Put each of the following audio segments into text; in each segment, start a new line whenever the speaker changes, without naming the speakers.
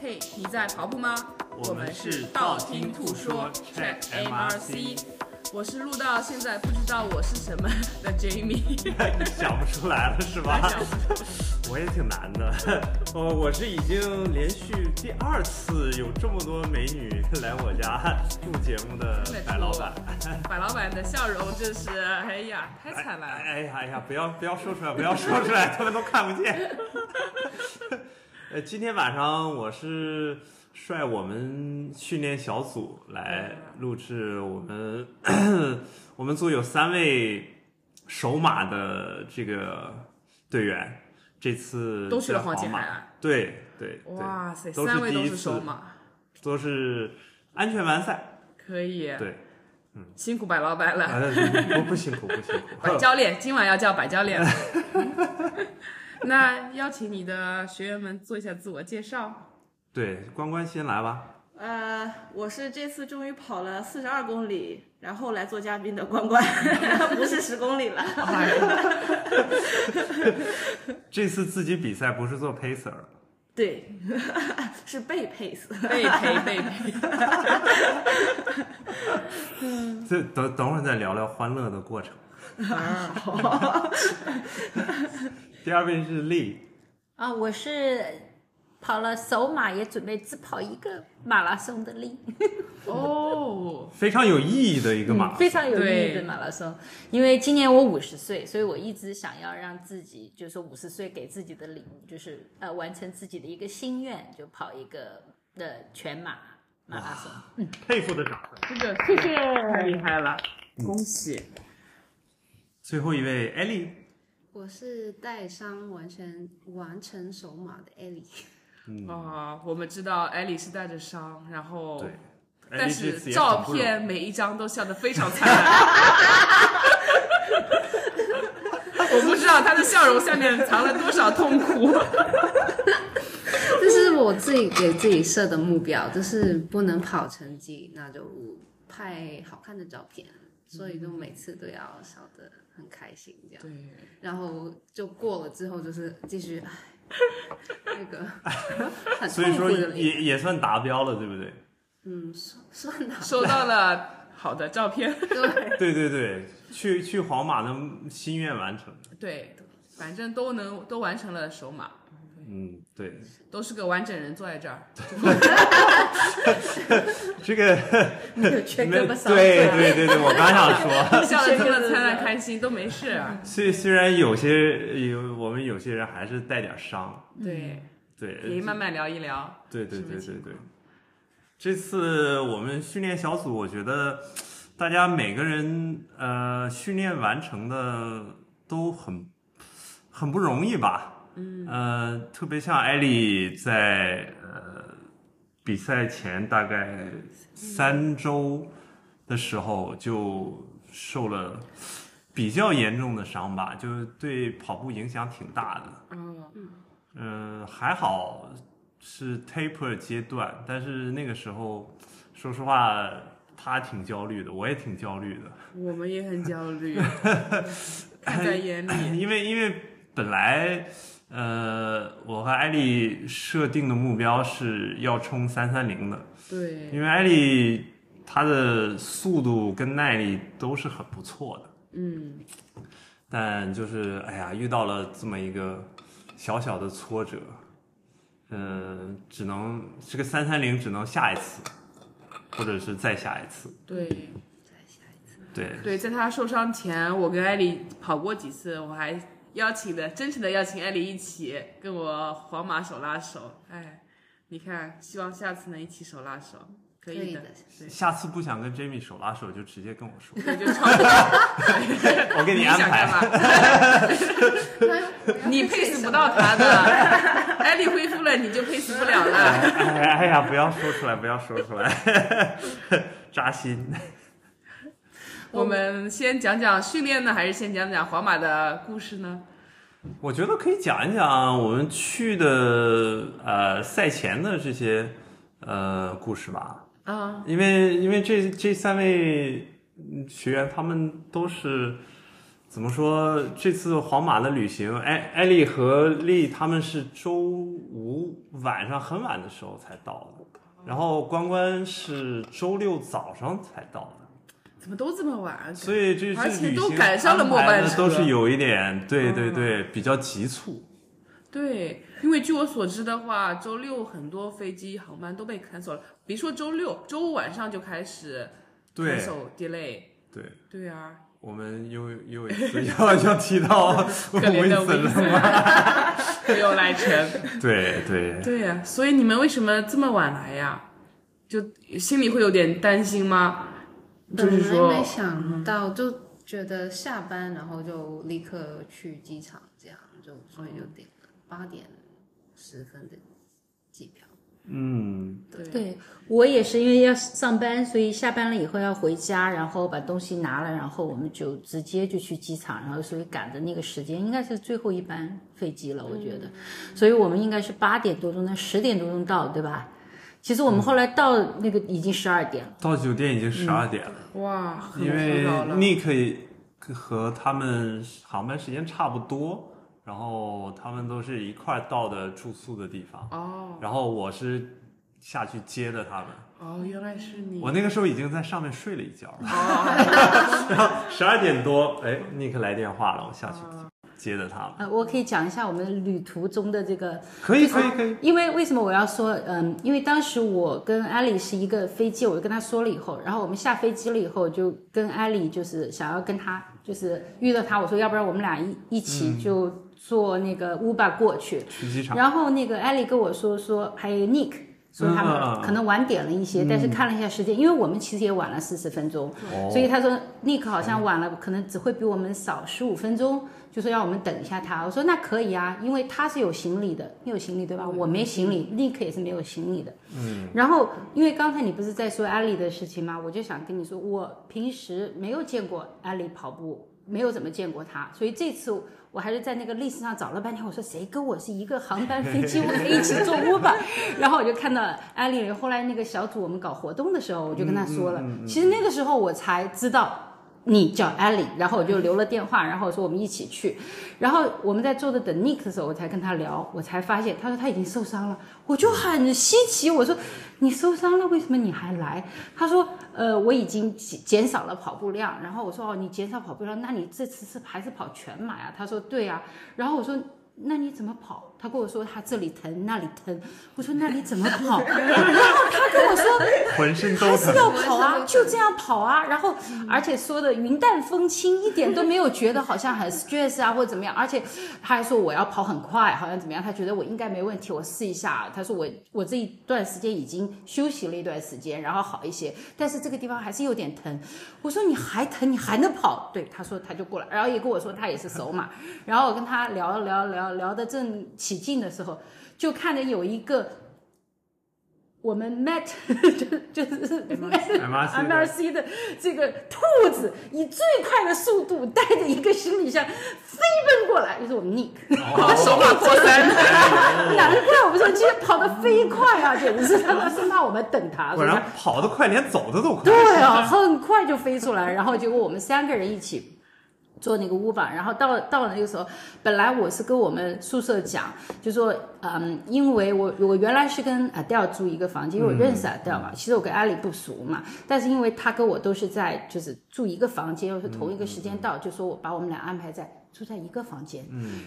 嘿，你在跑步吗？
我们是道听途说 Track MRC
我是录到现在不知道我是什么的 Jamie。
想不出来了是吧？我也挺难的。 呃，我是已经连续第二次有这么多美女来我家录节目的白老板。
白老板的笑容真是，哎呀，太惨
哎
了。
哎呀哎呀，不要不要说出来，不要说出来，他 们都看不见。呃，今天晚上我是率我们训练小组来录制我们 我们组有三位首马的这个队员，这次
都去了
在
黄金海
马
岸。
对哎对对，
哇塞，
都是
三位都
第一
是
次
首马，
都是安全 完赛。
可以，
对，嗯
辛苦白老板了。
啊不不辛苦不辛
白
苦。
教练，今晚要叫白教练。嗯 那邀请你的学员们做一下自我介 绍。
对，关关先来吧。
呃，我是这次终于跑了四十二公里，然后来做嘉宾的关 关，不是十公里了。
啊
这次自己比赛不是做 pacer 了。
对， 是被 pace。
被陪被陪，
这等等会儿再聊聊欢乐的过程。第二位是丽，
啊，我是跑了首马，也准备自跑一个马拉松的力，
哦，
非常有意义的一个马，
非常有意义
对
的马拉松。因为今年我五十岁，所以我一直想要让自己，就是说五十岁给自己的礼物，就是呃完成自己的一个心愿，就跑一个的全马马拉松。
佩服的掌声。
这个
谢谢
太厉害了，
嗯
恭喜！
最后一位艾丽，
我是带伤完全完成首马的艾莉，
嗯，
啊，我们知道艾丽是带着伤，然后
对，，艾
但
丽这
是
次也
照
很不容易
片每一张都笑得非常灿烂。 我不知道她的笑容下面藏了多少痛苦。
这是我自己给自己设的目标，就是不能跑成绩，那就拍好看的照片，所以就每次都要笑得很开心这样，
对，
然后就过了之后就是继续唉， 那 个很
所以
痛
说
苦的脸，
也也算达标了，对不对？
嗯，算算哪？
收到了好的照片。
对，
对对对，去去皇马的心愿完成。
对，反正都能都完成了首马，
嗯，对，
都是个完整人坐在 这儿。
这个
没有缺
没
胳
有
膊少
对
腿。
对对对，我刚想说。
笑得这么灿烂开心都没事啊。
虽虽然有些有我们有些人还是带点伤，
对，
对，
可以慢慢聊一聊。
对对
什么
对对
情
对。这次我们训练小组，我觉得大家每个人呃训练完成的都很很不容易吧？嗯，呃，特别像艾丽在呃比赛前大概三周的时候就受了比较严重的伤吧，就是对跑步影响挺大的。
嗯，
嗯，还好是 taper 阶段，但是那个时候，说实话，他挺焦虑的，我也挺焦虑的，
我们也很焦 虑，看在眼里。
因为因为本来，呃，我和艾丽设定的目标是要冲三三零的，
对，
因为艾丽她的速度跟耐力都是很不错的，
嗯，
但就是哎呀，遇到了这么一个小小的挫折，嗯、只能这个三三零只能下一次，或者是再下一次，
对
对，
对，在他受伤前，我跟艾丽跑过几次，我还邀请的，真诚的邀请艾丽一起跟我皇马手拉手。哎，你看，希望下次能一起手拉手，可
可
以
以
的
的。
对
下次不想跟 Jamie 手拉手就直接跟我 说，
对，就超过。
我给
你
安
想干
排。
嘛？你配死不到他的，艾丽恢复了你就配死不了了。
哎 哎呀，不要说出来，不要说出来， 扎心。
我们先讲讲训练呢，还是先讲讲皇马的故事呢？
我觉得可以讲一讲我们去的呃赛前的这些呃故事吧。
啊，
因为因为这这三位嗯学员他们都是怎么说？这次皇马的旅行，哎艾艾丽和丽他们是周五晚上很晚的时候才到的，然后关关是周六早上才到的。
怎么都这么晚？啊
所以这
而
这
且
旅
都
行
赶上了末班
安排的都
车嗯
是有一点，对对对，比较急促。
对，因为据我所知的话，周六很多飞机航班都被 cancel 了，别说周六，周五晚上就开始
对
cancel delay。
对，
对 啊，
我们又又一次要要提到
可怜的
Wilson 了
没有来 成。
对对，
对呀、所以你们为什么这么晚来呀？就心里会有点担心吗？就是
本来
说嗯
没，想到，就觉得下班然后就立刻去机场，这样就所以就点了八点十分的机票。
嗯，
对，
对我也是，因为要上班，所以下班了以后要回家，然后把东西拿了，然后我们就直接就去机场，然后所以赶的那个时间应该是最后一班飞机了，我觉得，所以我们应该是八点多钟，那十点多钟到，对吧？其实我们后来到那个已经十二点了，
到酒店已经十二点了，
哇，很
因为
疲劳了。
Nick 也和他们航班时间差不多，然后他们都是一块儿到的住宿的地方，
哦
然后我是下去接的他们，
哦，原来是你。
我那个时候已经在上面睡了一觉了。
哦，
十二点多，哎，尼克来电话了，我下去
哦
接着他了。
呃，我可以讲一下我们旅途中的这个
可以，可以，可以。
因为为什么我要说，嗯，因为当时我跟艾丽是一个飞机，我就跟她说了以后，然后我们下飞机了以后，就跟艾丽就是想要跟她就是遇到她，我说要不然我们俩一一起就坐那个 Uber 过去，
去嗯机场，
然后那个艾丽跟我说说，还有 Nick 说他
嗯
们可能晚点了一些，但是看了一下时间，因为我们其实也晚了四十分钟，
哦
所以他说 Nick 好像晚了，可能只会比我们少十五分钟，就说让我们等一下他。我说那可以啊，因为他是有行李的，你有行李对吧？我没行李，Nick 也是没有行李的。嗯。然后因为刚才你不是在说艾丽的事情吗？我就想跟你说，我平时没有见过艾丽跑步，没有怎么见过她，所以这次我还是在那个历史上找了半天，我说谁跟我是一个航班飞机，我可以一起坐 Uber。然后我就看到安利了。后来那个小组我们搞活动的时候，我就跟他说了，其实那个时候我才知道。你叫艾丽，然后我就留了电话，然后我说我们一起去，然后我们在坐着等 Nick 的时候，我才跟他聊，我才发现他说他已经受伤了，我就很稀奇，我说你受伤了，为什么你还来？他说呃我已经减减少了跑步量，然后我说哦你减少跑步量，那你这次是还是跑全马呀？他说对呀、然后我说那你怎么跑？他跟我说他这里疼那里疼，我说那你怎么跑？然后他跟我说
哎
浑身都
还是
疼。
要跑啊，就这样跑啊。然后，而且说的云淡风轻，一点都没有觉得好像很 stress 啊或者怎么样。而且他还说我要跑很快，好像怎么样，他觉得我应该没问题，我试一下。他说我我这一段时间已经休息了一段时间，然后好一些，但是这个地方还是有点疼。我说你还疼，你还能跑？对，他说他就过来，然后也跟我说他也是手马。然后我跟他聊聊聊聊得正起劲的时候，就看着有一个。我们 Matt 就就是
MRC 的
MRC 的这个兔子以最快的速度带着一个行李箱飞奔过来，就是我 们 Nick。
手法过三，
难怪我们说今天跑得飞快啊，简直是他妈生怕我们等 他。
果
是吧
然跑得快，连走的都快。
对啊，很快就飞出来，然后结果我们三个人一起。坐那个 Uber，然后到到了那个时候，本来我是跟我们宿舍讲，就说，嗯，因为我我原来是跟 Adele 住一个房间，因为我认识 Adele 嘛，其实我跟 Ali 不熟嘛，但是因为他跟我都是在就是住一个房间，我是同一个时间到，就说我把我们俩安排在住在一个房间，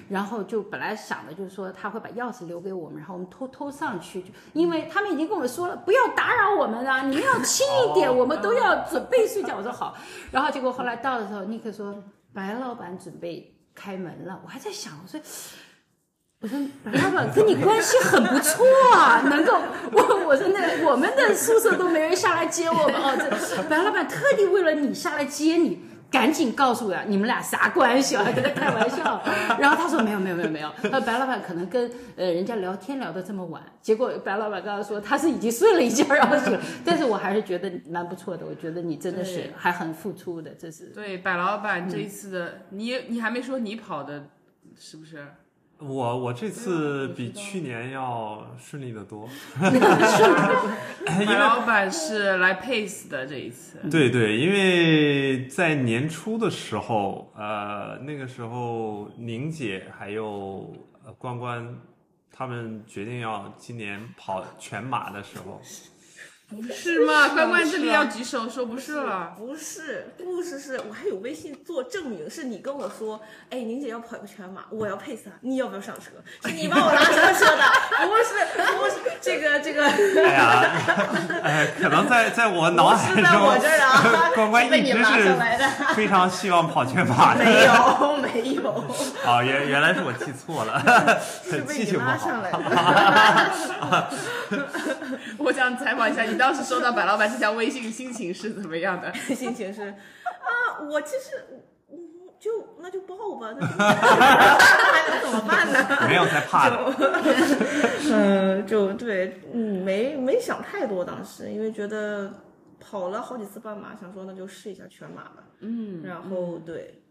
然后就本来想的就是说他会把钥匙留给我们，然后我们偷偷上去，就因为他们已经跟我们说了不要打扰我们啊，你们要轻一点，我们都要准备睡觉。我说好，然后结果后来到的时候，尼克说白老板准备开门了，我还在想，我说。我说白老板跟你关系很不错啊，能够我我说那我们的宿舍都没人下来接我们哦，这白老板特地为了你下来接你，赶紧告诉我呀，你们俩啥关系啊？ 还跟他开玩笑。然后他说没有没有没有没有，他说白老板可能跟呃人家聊天聊得这么晚，结果白老板刚刚说他是已经睡了一觉然后醒了，但是我还是觉得蛮不错的，我觉得你真的是
对
还很付出的，这是
对，白老板这一次的你，你还没说你跑的，是不是？
我我这次
对啊
比
我知道
去年要顺利的 多，
马老板是来 pace 的这一次，
对对，因为在年初的时候，呃，那个时候宁姐还有呃关关，他们决定要今年跑全马的时候，
不是吗？关关这里
是啊
要举手说不是了。
不是，不是是，我还有微信做证明，是你跟我说，哎，宁姐要跑个全马，我要配她，你要不要上车？是你把我拉上车的， 不是，不是这个这个，
哎呀， 哎，可能在在我脑
不
海
是在我这
中，，
儿的啊
关关
被
一
你
直
拉上
是
来的，
非常希望跑全马的。
没有没有，
哦，原原来是我记错了，
是被
记
你
性不
拉
好。
上 来的，
我想采访一下，你当时收到白老板这条微信，心情是怎么样的？
心情是啊，我其实。嗯就那就报吧， 那就 还能怎么办呢？
没有在怕的，
嗯，就对，嗯，没没想太多，当时因为觉得跑了好几次半马，想说那就试一下全马吧。嗯，然后对，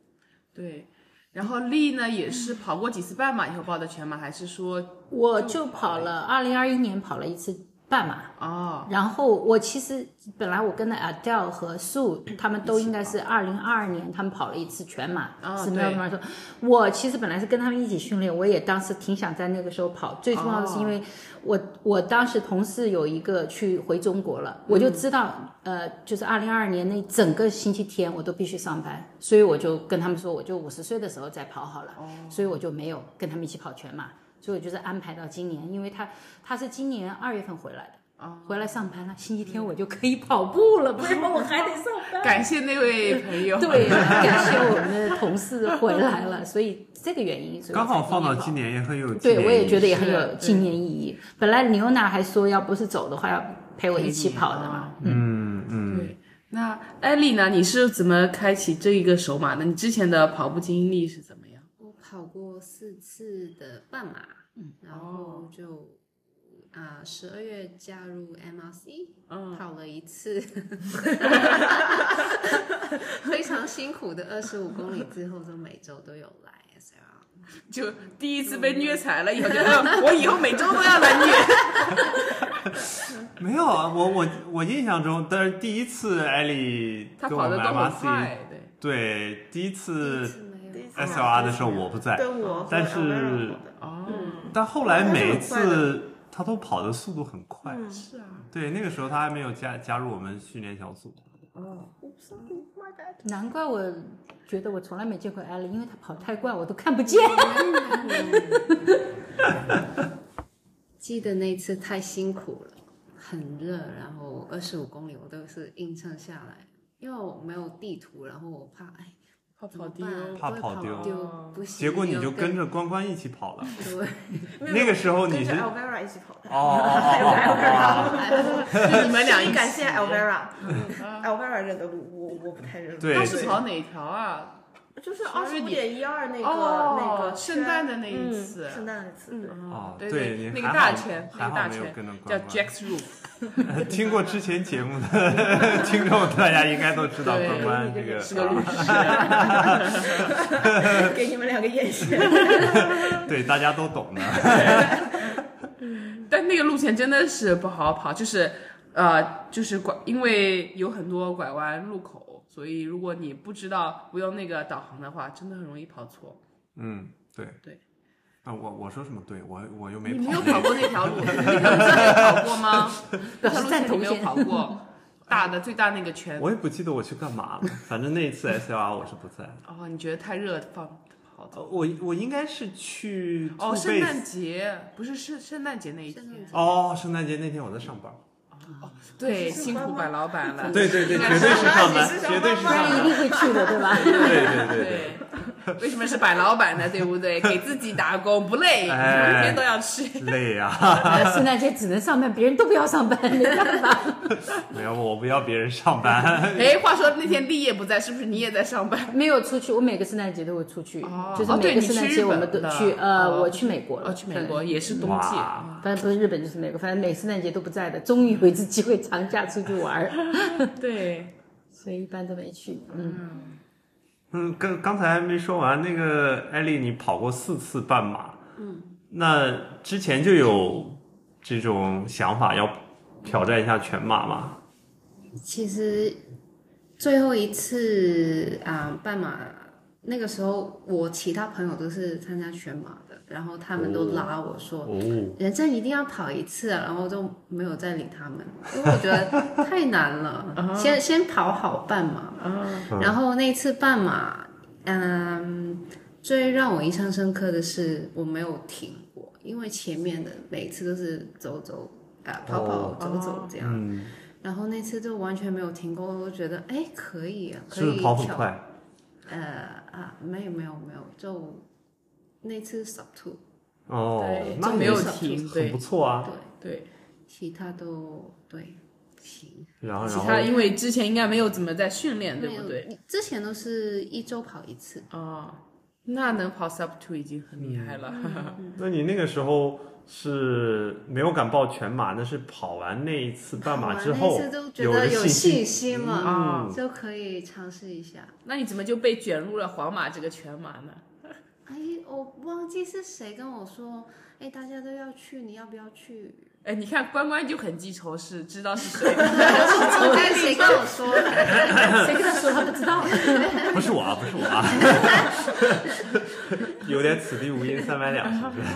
对，然后丽呢也是跑过几次半马以后报的全马，还是说
我就跑了，二零二一年跑了一次半马，
哦
然后我其实本来我跟的 Adele 和 Sue 他们都应该是二零二二年他们跑了一次全马，
啊
是
对
m a r a t 我其实本来是跟他们一起训练，我也当时挺想在那个时候
哦
跑。最重要的是因为我、我当时同事有一个去回中国
嗯
了，我就知道、呃，就是二零二二年那整个星期天我都必须上班，所以我就跟他们说，我就五十岁的时候再跑好了。
哦
所以我就没有跟他们一起跑全马，所以我就是安排到今年，因为他他是今年二月份回来的。回来上班了，星期天我就可以跑步 了，为什么我还得上班？
感谢那位朋友，
对，感谢我们的同事回来了，所以这个原因，所以我
刚好
才
放到
跑
今。年也很有纪
对，
念
我也
意
觉得
义
也很
是
有
对
纪念意义。本来牛娜还说要不是走的话，要陪我一起跑的嘛。
嗯嗯，
对。那艾丽呢？你是怎么开启这一个手马的？你之前的跑步经历是怎么样？
我跑过四次的半马，嗯，然后
哦
就啊，十、2二月加入 MRC，
嗯
跑了一 次，非常辛苦的二十五公里之后，就每周都有来 SR。
就第一次被虐惨了以后，觉 得我以后每周都要来虐。
没有啊，我我我印象中，但是第一次艾丽
他
跟
跑
我
的
们
都很
MRC，
快，对，
对，第一
第一
次
次没
第一
有
次
SLR 的时候我不在，
对我和
哎但是
Elvira 跑的
哦，
嗯，
但后来每一
他是很快
次她都跑的速度很快。
嗯
是啊，
对，那个时候她还没有加加入我们训练小组。嗯
something like that
难怪我觉得我从来没见过艾丽，因为她跑太快，我都看不见。
记得那一次太辛苦了，很热，然后二十五公里我都是硬撑下来，因为我没有地图，然后我怕哎
跑
怎么
跑丢
办
怕
会
跑
跑
丢
哦
不行。
结果你
又
就跟着关关一起跑了。
对，
那个时候你是
跟着 Elvira 一起跑的
哦，哦哦哦哦，
就你们俩一起
必须感 谢 Elvira，
啊
Elvira 认得路，我我不太认路。
对
当时跑哪条啊？
就是二十五点一二那个
哦
那个圈
圣诞的那一
嗯
次嗯
圣诞那次，对
哦
对
对
对，
您
那个
还
大
好
圈，那
还
个
好
大
没有
圈
跟着
叫
关关
Jack's Roof，
哦 听过之前节目的听众，大家应该都知道
对
关关这 个
是个路痴。
给你们两个眼神。
啊对，大家都懂的。
但那个路线真的是不好跑，就是呃，就是拐，因为有很多拐弯路口，所以如果你不知道不用那个导航的话，真的很容易跑错。
嗯，对
对。
啊，我我说什么对？我我又没
你没
跑
有跑过那 条路，你跑过吗？ 那条路线你没有跑 过，大的最大那个圈。
我也不记得我去干嘛了。反正那一次 SLR 我是不在。
哦，你觉得太热放跑走？
呃我我应该是去
哦，
兔
圣
贝
诞节不是圣圣诞节那一天
圣。诞节
哦，圣诞节那天我在上班。
对，辛苦白老板了。
对对对，
应
绝
该 是
对是上班，
你是上班吗
绝对是
不
上
然一
班。
定会去 的，对吧？
对对对对。
对，为什么是白老板呢？对不对？给自己打工不累，
哎
每天都要去。
累呀、 啊！
圣诞节只能上班，别人都不要上 班，没办法。
没有，我不要别人上班。
哎，话说那天丽也不在，是不是你也在上班？
没有出去，我每个圣诞节都会出去，
哦
就是
哦对
每个
你
圣诞
去
节
日
我们
本
都
的
去。呃，
哦
我去美国了，
哦，去美
对
国也是冬季。
哇
反正不是日本就是美国，反正每次圣诞节都不在的，终于有一次机会长假出去玩 儿，
对，
所以一般都没去。嗯，
嗯，刚刚才还没说完，那个艾丽，你跑过四次半马，那之前就有这种想法要挑战一下全马嘛？
其实最后一次啊、半马那个时候，我其他朋友都是参加全马的，然后他们都拉我说。
哦，
人生一定要跑一次啊，然后就没有再理他们，因为我觉得太难了。先先跑好半马，
嗯
然后那次半马，嗯，最让我印象深刻的是我没有停过，因为前面的每次都是走走啊、跑跑
哦
走走这样，
嗯，
然后那次就完全没有停过，我就觉得哎可以啊，可
是不
以
是跑很
挑
快？
呃啊没有没有没有，就那次 sub two
哦
对，
那
就没有
也
停
很
对
不错啊。
对，
对，
其他都对行。
然后，
其
然后
他因为之前应该没有怎么在训练，
没
对
有，
不对？
你之前都是一周跑一次，
哦，那能跑 sub two 已经很厉害了。
嗯那你那个时候是没有敢报全马，那是跑完那一次半马之
跑
后嗯
完那次都觉
有了
得有
信
信心了，
啊
就可以尝试一下。
那你怎么就被卷入了皇马这个全马呢？
哎，我忘记是谁跟我说，哎，大家都要去，你要不要去？
哎，你看关关就很记仇，是知道是 谁。
我看谁跟我说的？
谁跟他说他不知道？
不是我啊，不是我啊，有点此地无银三百两，是不是？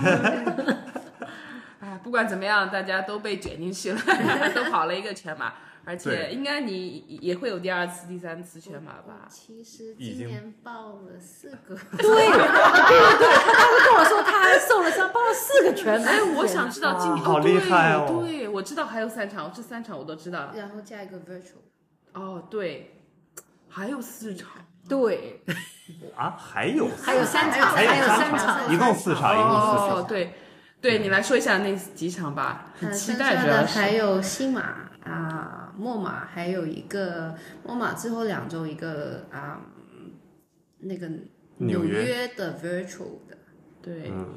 哎，不管怎么样，大家都被卷进去了， 都跑了一个全马，而且
对
应该你也会有第二次、第三次全马吧？
其实
已
今
经
年报了四个，
对，对对，他当时跟我说他还受了伤，报了四个全
嗯
马。
哎，我想知道今
啊
年、
哇好厉害哦
对！对，我知道还有三场，这三场我都知道。
然后加一个 virtual，
哦，对，还有四场。
对，
啊，还有
还有三场，
还有
有
三
三
场一共四场，一共四场。
哦，对，对你来说一下那几场吧，很
呃，
期
剩
待，
下
主要
的
是。
还有西马啊、墨马，还有一个墨马之后两周一个啊、那个
纽
纽
约
约的 virtual 的。
对，
嗯，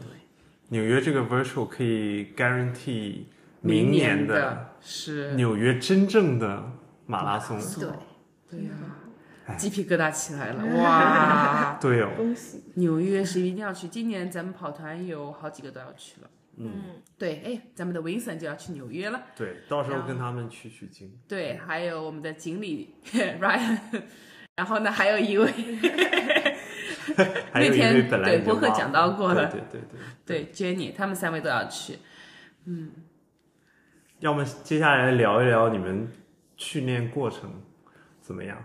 纽约这个 virtual 可以 guarantee 明
明
年的
的是
纽约真正的马拉松。
对，
对呀、
哎
鸡皮疙瘩起来 了，哇！
对哦，
恭喜！
纽约是一定要去，今年咱们跑团有好几个都要去了。
嗯，
对，哎，咱们的 Vincent 就要去纽约了。
对，到时候跟他们取取经。
对，还有我们的锦鲤 Ryan，然后呢，还有一位
还有
那
一位
天
本来
对
已经
播客
忘
讲到过了
对对对对。
对 Jenny，他们三位都要去。
要么接下来聊一聊你们训练过程怎么样？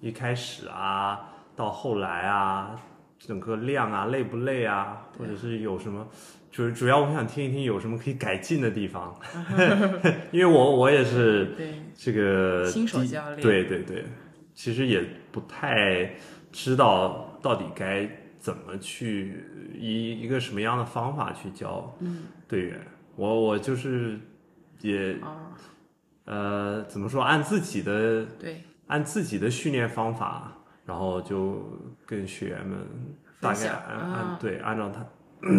一开始啊，到后来啊，整个量啊，累不累啊？或者是有什么？主主要我想听一听有什么可以改进的地方， 因为我我也是
对，
这个
新手
第
教练
对对对，其实也不太知道到底该怎么去以一个什么样的方法去教
嗯
队员。我我就是也
啊、
呃怎么说，按自己的
对，
按自己的训练方法，然后就跟学员们大
分
概
享
按
啊
按对按照他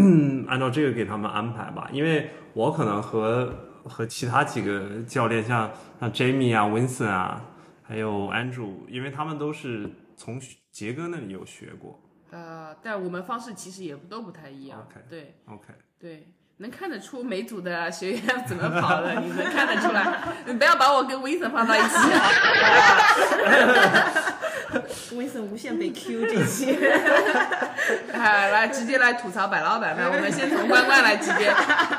按照这个给他们安排吧，因为我可能和和其他几个教练，像像 Jamie 啊、Winston 啊，还有 Andrew，因为他们都是从学杰哥那里有学过。
呃，但我们方式其实也都不太一样。
OK
对
OK，
对，能看得出每组的学员怎么跑 的，你能看得出来。你不要把我跟 Vincent 放到一起啊。
威森无限被 Q 这 期，
哎，来直接来吐槽白老板吧。我们先从关关来直 接，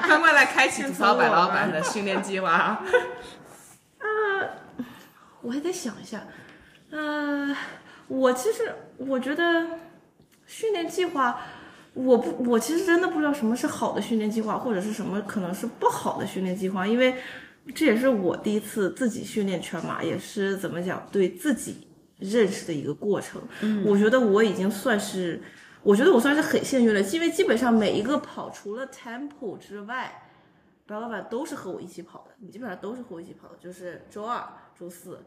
关关来开启吐槽白老板的训练计划啊。
我还得想一下。呃，我其实我觉得训练计划，我不，我其实真的不知道什么是好的训练计划，或者是什么可能是不好的训练计划，因为这也是我第一次自己训练全马，也是怎么讲对自己认识的一个过程。嗯，我觉得我已经算是，我觉得我算是很幸运了，因为基本上每一个跑除了 tempo 之外。白老板都是和我一起跑的，你基本上都是和我一起跑的，就是周二、周四，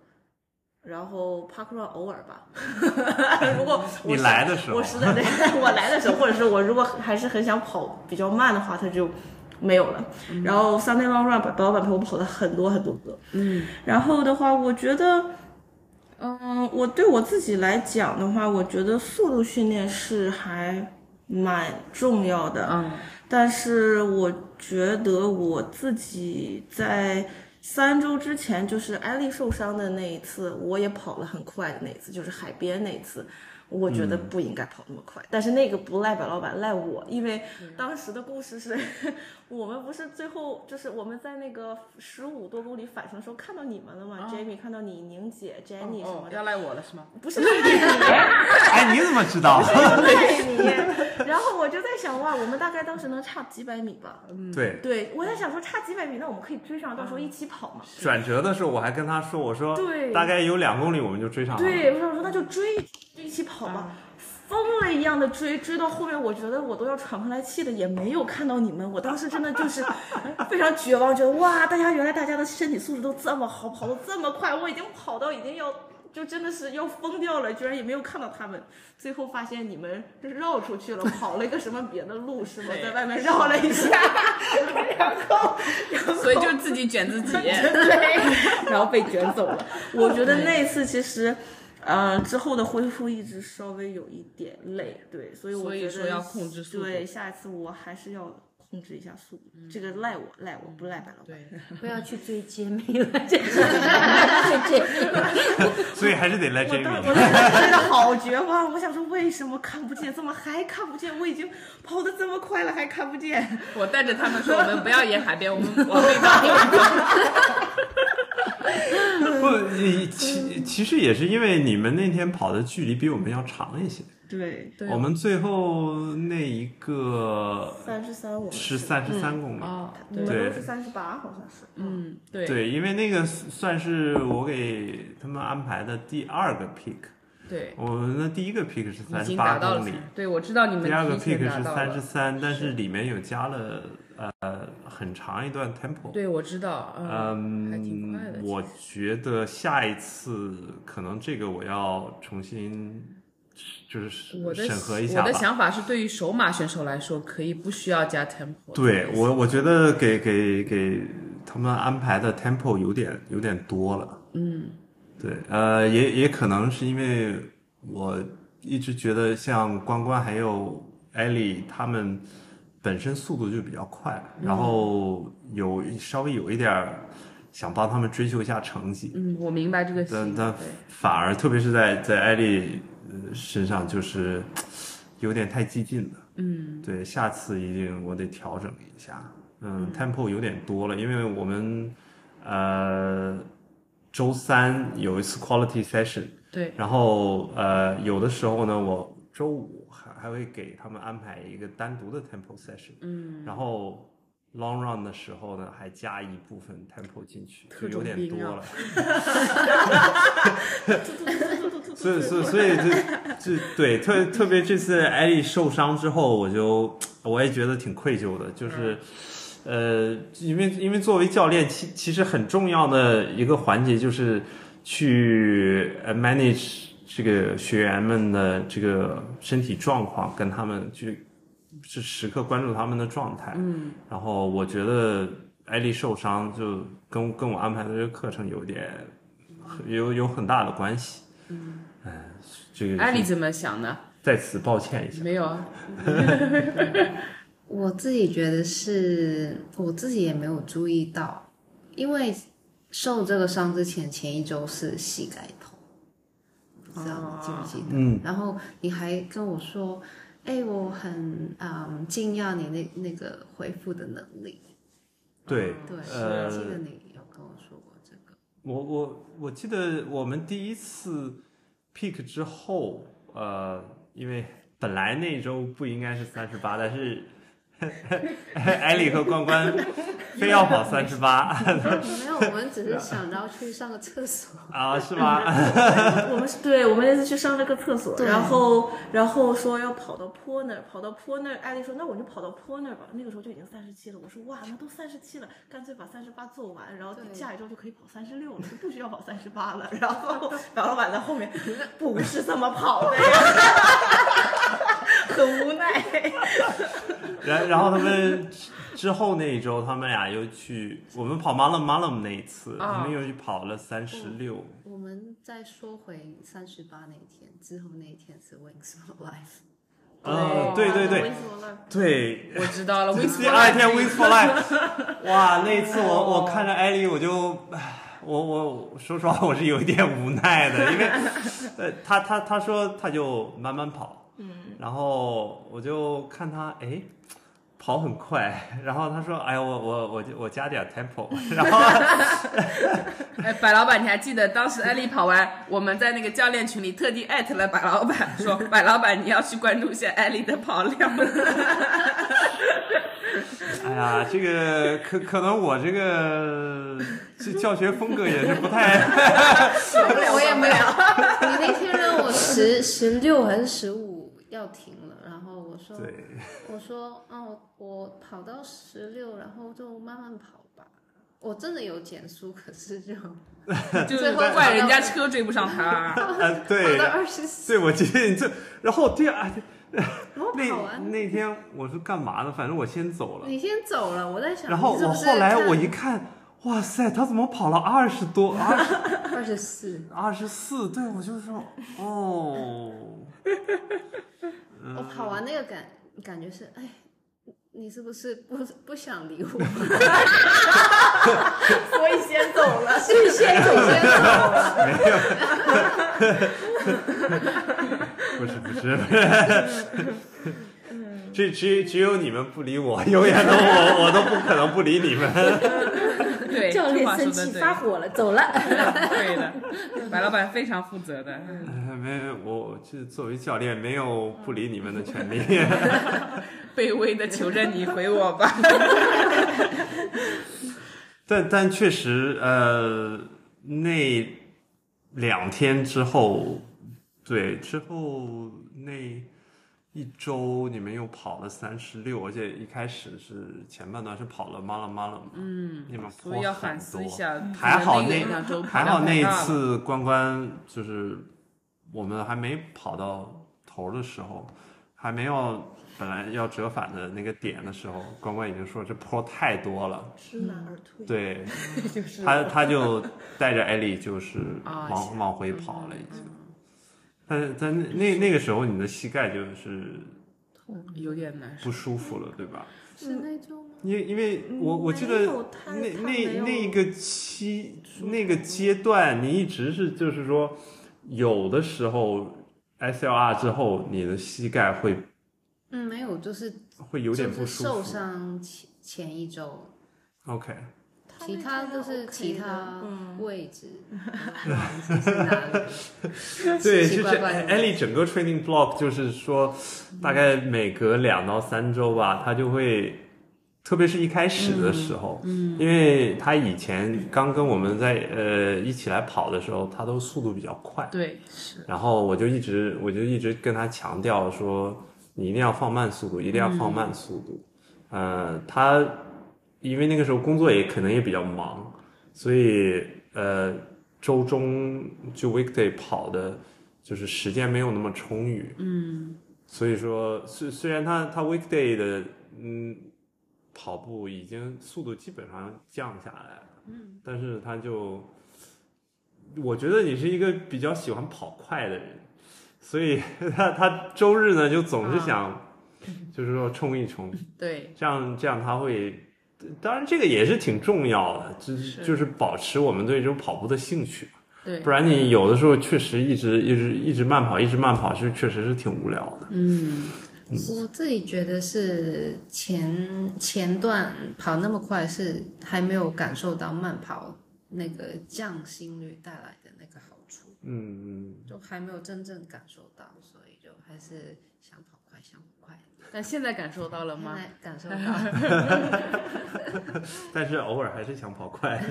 然后 park run 偶尔吧。 如果我
你
是
来的时候
我实在对 我来的时候，或者是我如果还是很想跑比较慢的话，他就没有了。然后 Sunday long run 白老板陪我跑了很多很多个，嗯，然后的话，我觉得。嗯，我对我自己来讲的话，我觉得速度训练是还蛮重要的。
嗯，
但是我觉得我自己在三周之前，就是艾丽受伤的那一次，我也跑了很快的那一次，就是海边那一次。我觉得不应该跑那么快，但是那个不赖白老板，赖我，因为当时的故事是， 我们不是最后就是我们在那个十五多公里返程的时候看到你们了吗、j a m i e 看到你、宁姐、Jenny 什
啊哦
么，的，
要赖我了是吗？
不 是赖你，
哎，你怎么知道？
赖你。然后我就在想，哇，我们大概当时能差几百米吧？
对，
对，我在想说差几百米，那我们可以追上，到时候一起跑嘛。
转折的时候我还跟他说，我说
对
大概有两公里我们就追上了。
对，我想说那就追，就一起跑吧。疯了一样的追，追到后面，我觉得我都要喘不上来气了，也没有看到你们。我当时真的就是非常绝望，觉得哇，大家原来大家的身体素质都这么好，跑得这么快，我已经跑到已经要就真的是要疯掉了，居然也没有看到他们。最后发现你们绕出去了，跑了一个什么别的路是吗？在外面绕了一下，然后然后
所以就自己卷自己。
对，然后被卷走 了。 我觉得那一次其实，呃，之后的恢复一直稍微有一点累，对，所以我
所以
觉得
说要控制速度
对，下一次我还是要控制一下速度，这个赖我赖我不赖白老板。
对，
不要去追街妹了，这是追街妹。
所以还是得来
我
Jamie。
当我当时真的好绝望，我想说为什么看不见，怎么还看不见？我已经跑得这么快了，还看不见？
我带着他们说，我们不要沿海边，我们往北方地方走。
不，你其其实也是因为你们那天跑的距离比我们要长一些。
对，
对
我们最后那一个
三十三我们
是三十三公里。
哦，
你们
对，
都
对
是三十八，好像是。
嗯，对，
对，因为那个算是我给他们安排的第二个 peak，
对，
我们的第一个 peak 是
已
三十
经
八
达到
公
了
里，。
对，我知道你们
第二个
提前
peak
达
是
到
三十
了。
三，但是里面有加了呃很长一段 tempo。
对，我知道，嗯，还挺快的。
嗯，我觉得下一次可能这个我要重新就是
我的
审核一
我
下
的
吧。
想法是，对于首马选手来说，可以不需要加 tempo。
对我，我觉得给给给他们安排的 tempo 有点有点多了。
嗯，
对，呃，也也可能是因为我一直觉得像关关还有艾丽他们本身速度就比较快，
嗯
然后有稍微有一点儿想帮他们追求一下成绩，
嗯，我明白这个
但
心。
但
对
反而特别是在在艾丽呃身上就是有点太激进了。嗯，对，下次一定我得调整一下。嗯 t e m p o 有点多了，因为我们呃周三有一次 quality session，
对，
然后呃有的时候呢，我周五还还会给他们安排一个单独的 tempo session，嗯，然后 long run 的时候呢，还加一部分 tempo 进去，
特
就有
种
点
兵
多
啊
了。
嗯
所以，所以，所以这这对特特别这次艾丽受伤之后，我就我也觉得挺愧疚的，就是。呃，因为因为作为教练，其其实很重要的一个环节就是去呃 manage 这个学员们的这个身体状况，跟他们去是时刻关注他们的状态。嗯，然后我觉得艾丽受伤就跟跟我安排的这个课程有点有有很大的关系。嗯，哎，这个
艾丽怎么想呢？
在此抱歉一下。
没有啊，
我自己觉得是我自己也没有注意到，因为受这个伤之前前一周是膝盖痛，不知道你记不记得？
嗯，
然后你还跟我说，哎，我很嗯惊讶你那那个恢复的能力，
对，
对，
呃
我记得你有跟我说过这个，
我我我记得我们第一次 pick 之后，呃，因为本来那周不应该是三十八，但是艾丽和关关非要跑三十八
没有，我们只是想到去上个厕所，
啊，是吗？
我们是对，我们那次去上了个厕所，
对
然后然后说要跑到坡那儿，跑到坡那儿，艾丽说那我就跑到坡那儿吧。那个时候就已经三十七了，我说哇，那都三十七了，干脆把三十八做完，然后
对
下一周就可以跑三十六了，就不需要跑三十八了。然后白老板在后面不是这么跑的呀， 很无奈。
然然后他们之之后那一周，他们俩又去我们跑 Malum Malum 那一次，
啊
他们又去跑了三十六。
我们再说回三十八那一天之后那一天是 Wings for Life。
嗯，对对对对，
我知 道了，我
第二天 Wings for Life，哇，那次我我看着艾丽，我就，唉我我说实话，我是有一点无奈的，因为，呃，他他他说他就慢慢跑，嗯，然后我就看他，哎。跑很快，然后他说：“哎呀，我我我就我加点 tempo。”然后
哎，白老板，你还记得当时艾丽跑完，我们在那个教练群里特地艾特了白老板，说白老板你要去关注一下艾丽的跑量。
哎呀，这个可可能我这个这教学风格也是不太……
我也没有。你 那天让我十十六还是十五要停了，然后我说
对，
我说哦，我跑到十六，然后就慢慢跑吧。我真的有减速，可是就
就是怪人家车追不上他。
呃，
跑
对
到，二十四，
对，我记得你这，然后第二哎
然后跑
那
完。
那天我是干嘛的？反正我先走了，
你先走了，我在想。
然后
你是
我
不是
后来我一看，哇塞，他怎么跑了二十多二十
二十四，
二十四？对，我就说 哦，
我跑哦啊完那个感感觉是，哎，你是不是不不想 理我？
所以先走了。
是先走先走了，
不是不是不是，
嗯
这 只只有你们不理我，永远都我我都不可能不理你们。
对，
教
这
练
话说
生
的
气
对
发火了，走了。
对的，白老板非常负责的。
哎没有，我这作为教练没有
嗯
不理你们的权利。
卑微的求着你回我吧。
但但确实，呃，那两天之后，对之后那一周，你们又跑了三十六，而且一开始是前半段是跑了马拉马拉，嗯，你们
所以要反思一下，
啊还好
那
那
个两周跑
还好那一
量太大了，
次关关就是我们还没跑到头的时候，还没有本来要折返的那个点的时候，关关已经说这坡太 多了，
知难而退。
对，他他就带着艾丽就是
啊嗯
往往回跑了已经。但是但那那那个时候你的膝盖就是
有点难受。
不舒服了，对吧？
是那周吗？
因为因为我我记
没
得
有他
那
他没
那
有
那个期
舒服
那个阶段，你一直是就是说，有的时候 SLR 之后，你的膝盖会
嗯，没有，就是
会有点不
就是
舒
受
服。
伤前前一周，
OK，
其他
就
就是其他
嗯，
位置，嗯其实哪里
对，
奇
就
怪
是
怪的
艾丽整个 training block 就是说，大概每隔两到三周吧，她就会，特别是一开始的时候，嗯，因为她以前刚跟我们在呃一起来跑的时候，她都速度比较快，
对，是
然后我就一直我就一直跟他强调说，你一定要放慢速度，一定要放慢速度。呃，他因为那个时候工作也可能也比较忙，所以呃周中就 weekday 跑的，就是时间没有那么充裕。嗯，所以说虽虽然他他 weekday 的嗯跑步已经速度基本上降下来了，嗯，但是他就。我觉得你是一个比较喜欢跑快的人，所 以他他周日呢就总
啊
是想，就是说冲一冲，
对，
这样这样他会，当然这个也是挺重要的，就是
是
就是保持我们对这种跑步的兴趣，
对
不，然你有的时候确实一直一直一直慢跑，一直慢跑是确实是挺无聊的。
嗯，
我自己觉得是前前段跑那么快，是还没有感受到慢跑那个降心率带来的那个好处，
嗯，嗯
就还没有真正感受到，所以就还是想跑快，想跑快。
但现在感受到了
现
吗？
在感 受到，
但是偶尔还是想跑快。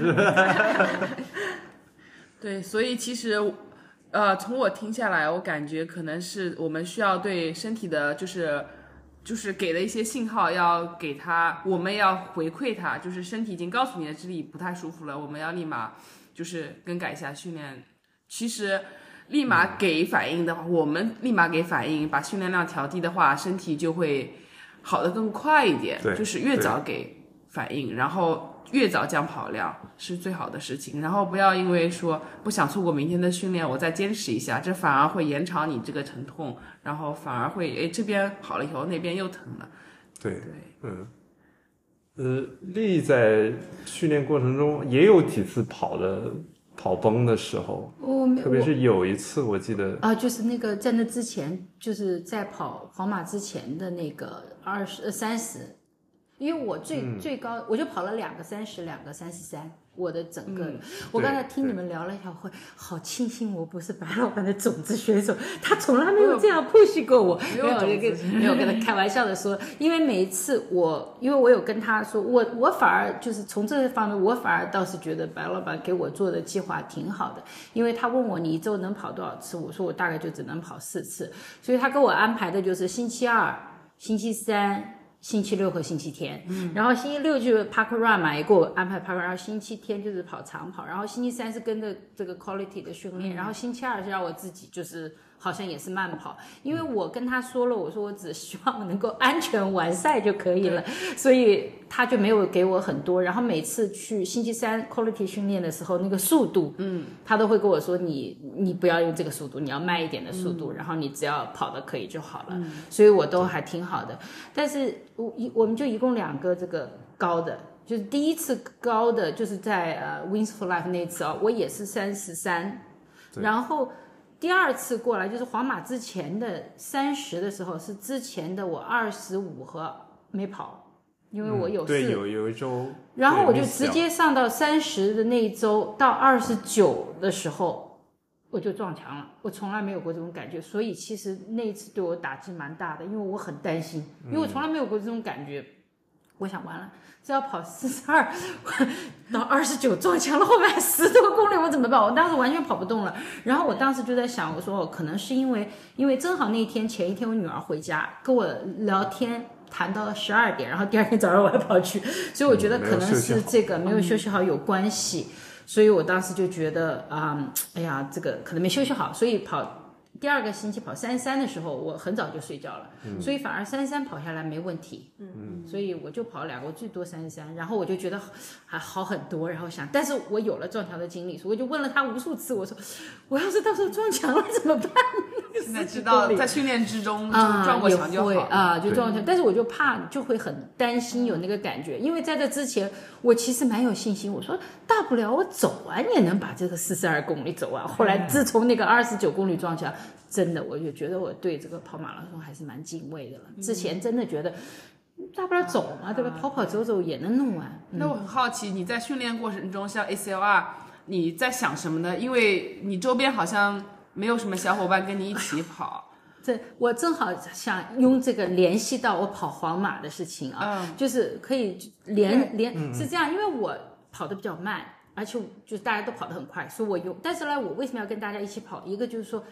对，所以其实，呃，从我听下来，我感觉可能是我们需要对身体的，就是就是给的一些信号，要给他，我们要回馈他，就是身体已经告诉你的这里不太舒服了，我们要立马就是更改一下训练。其实。立马给反应的话，我们立马给反应，把训练量调低的话，身体就会好的更快一点。
对
就是越早给反应，然后越早讲跑量是最好的事情。然后不要因为说不想错过明天的训练，我再坚持一下，这反而会延长你这个疼痛，然后反而会哎这边好了以后那边又疼了。
对，
对，
嗯，呃，丽在训练过程中也有几次跑的跑崩的时候，
我哦没
特别是有一次我记得，
啊，就是那个在那之前，就是在跑皇马之前的那个二
呃
十三十，因为我最、
嗯
最高我就跑了两个三十，两个三十三。我的整个，我
对
刚才听你
对
们聊了一下，我会好庆幸我不是白老板的种子选手，他从来没有这样 push 过我。
没有
没有，我
种
就
子
跟没有跟他开玩笑的说，因为每一次我，因为我有跟他说，我我反而就是从这方面，我反而倒是觉得白老板给我做的计划挺好的，因为他问我你一周能跑多少次，我说我大概就只能跑四次，所以他给我安排的就是星期二、星期三。星期六和星期天，嗯、然后星期六就是 park run 嘛，也给我安排 park run，然后星期天就是跑长跑，然后星期三是跟着这个 quality 的训
嗯
练，然后星期二是让我自己就是好像也是慢跑，因为我跟他说了，我说我只希望能够安全完赛就可以了，所以他就没有给我很多。然后每次去星期三 quality 训练的时候，那个速度，嗯，他都会跟我说你你不要用这个速度，你要慢一点的速度，然后你只要跑的可以就好了。所以我都还挺好的。但是我一我们就一共两个这个高的，就是第一次高的就是在呃 Wings for Life 那次哦，我也是三十三，
对
然后第二次过来就是皇马之前的三十的时候是之前的我二十五和没跑，因为我有
嗯
事。
对有有一周，
然后我
对
就
miss 掉
直接上到三十的那一周，到二十九的时候，我就撞墙了。我从来没有过这种感觉，所以其实那一次对我打击蛮大的，因为我很担心，因为我从来没有过这种感觉。我想完了，这要跑四十二到二十九撞墙了，后面还十多公里，我怎么办？我当时完全跑不动了。然后我当时就在想，我说我可能是因为，因为正好那一天前一天我女儿回家跟我聊天。谈到了十二点，然后第二天早上我还跑去，所以我觉得
嗯没有
可能
休息
是
好
这个没有休息好有关系，所以我当时就觉得啊、嗯哎呀，这个可能没休息好，所以跑第二个星期跑三三的时候，我很早就睡觉了，所以反而三三跑下来没问题，所以我就跑两个，我最多三十三，然后我就觉得还好很多，然后想，但是我有了撞墙的经历，所以我就问了他无数次，我说我要是到时候撞墙了怎么办？
现在知道在训练之中就是 撞过
也
墙就好
会
了。
啊，就
对
撞墙，但是我就怕就会很担心有那个感觉，因为在这之前我其实蛮有信心，我说大不了我走完也能把这个四十二公里 走完。后来自从那个二十九公里撞墙，真的我就觉得我对这个跑马拉松还是蛮敬畏的了。之前真的觉得。大不了走嘛，对
嗯
吧？跑跑走走也能弄完。嗯
那我很好奇，你在训练过程中，像 ACLR，你在想什么呢？因为你周边好像没有什么小伙伴跟你一起跑，
这我正好想用这个联系到我跑皇马的事情啊，就是可以连连是这样，因为我跑得比较慢，而且就是大家都跑得很快，所以我用。但是呢，我为什么要跟大家一起跑？一个就是说，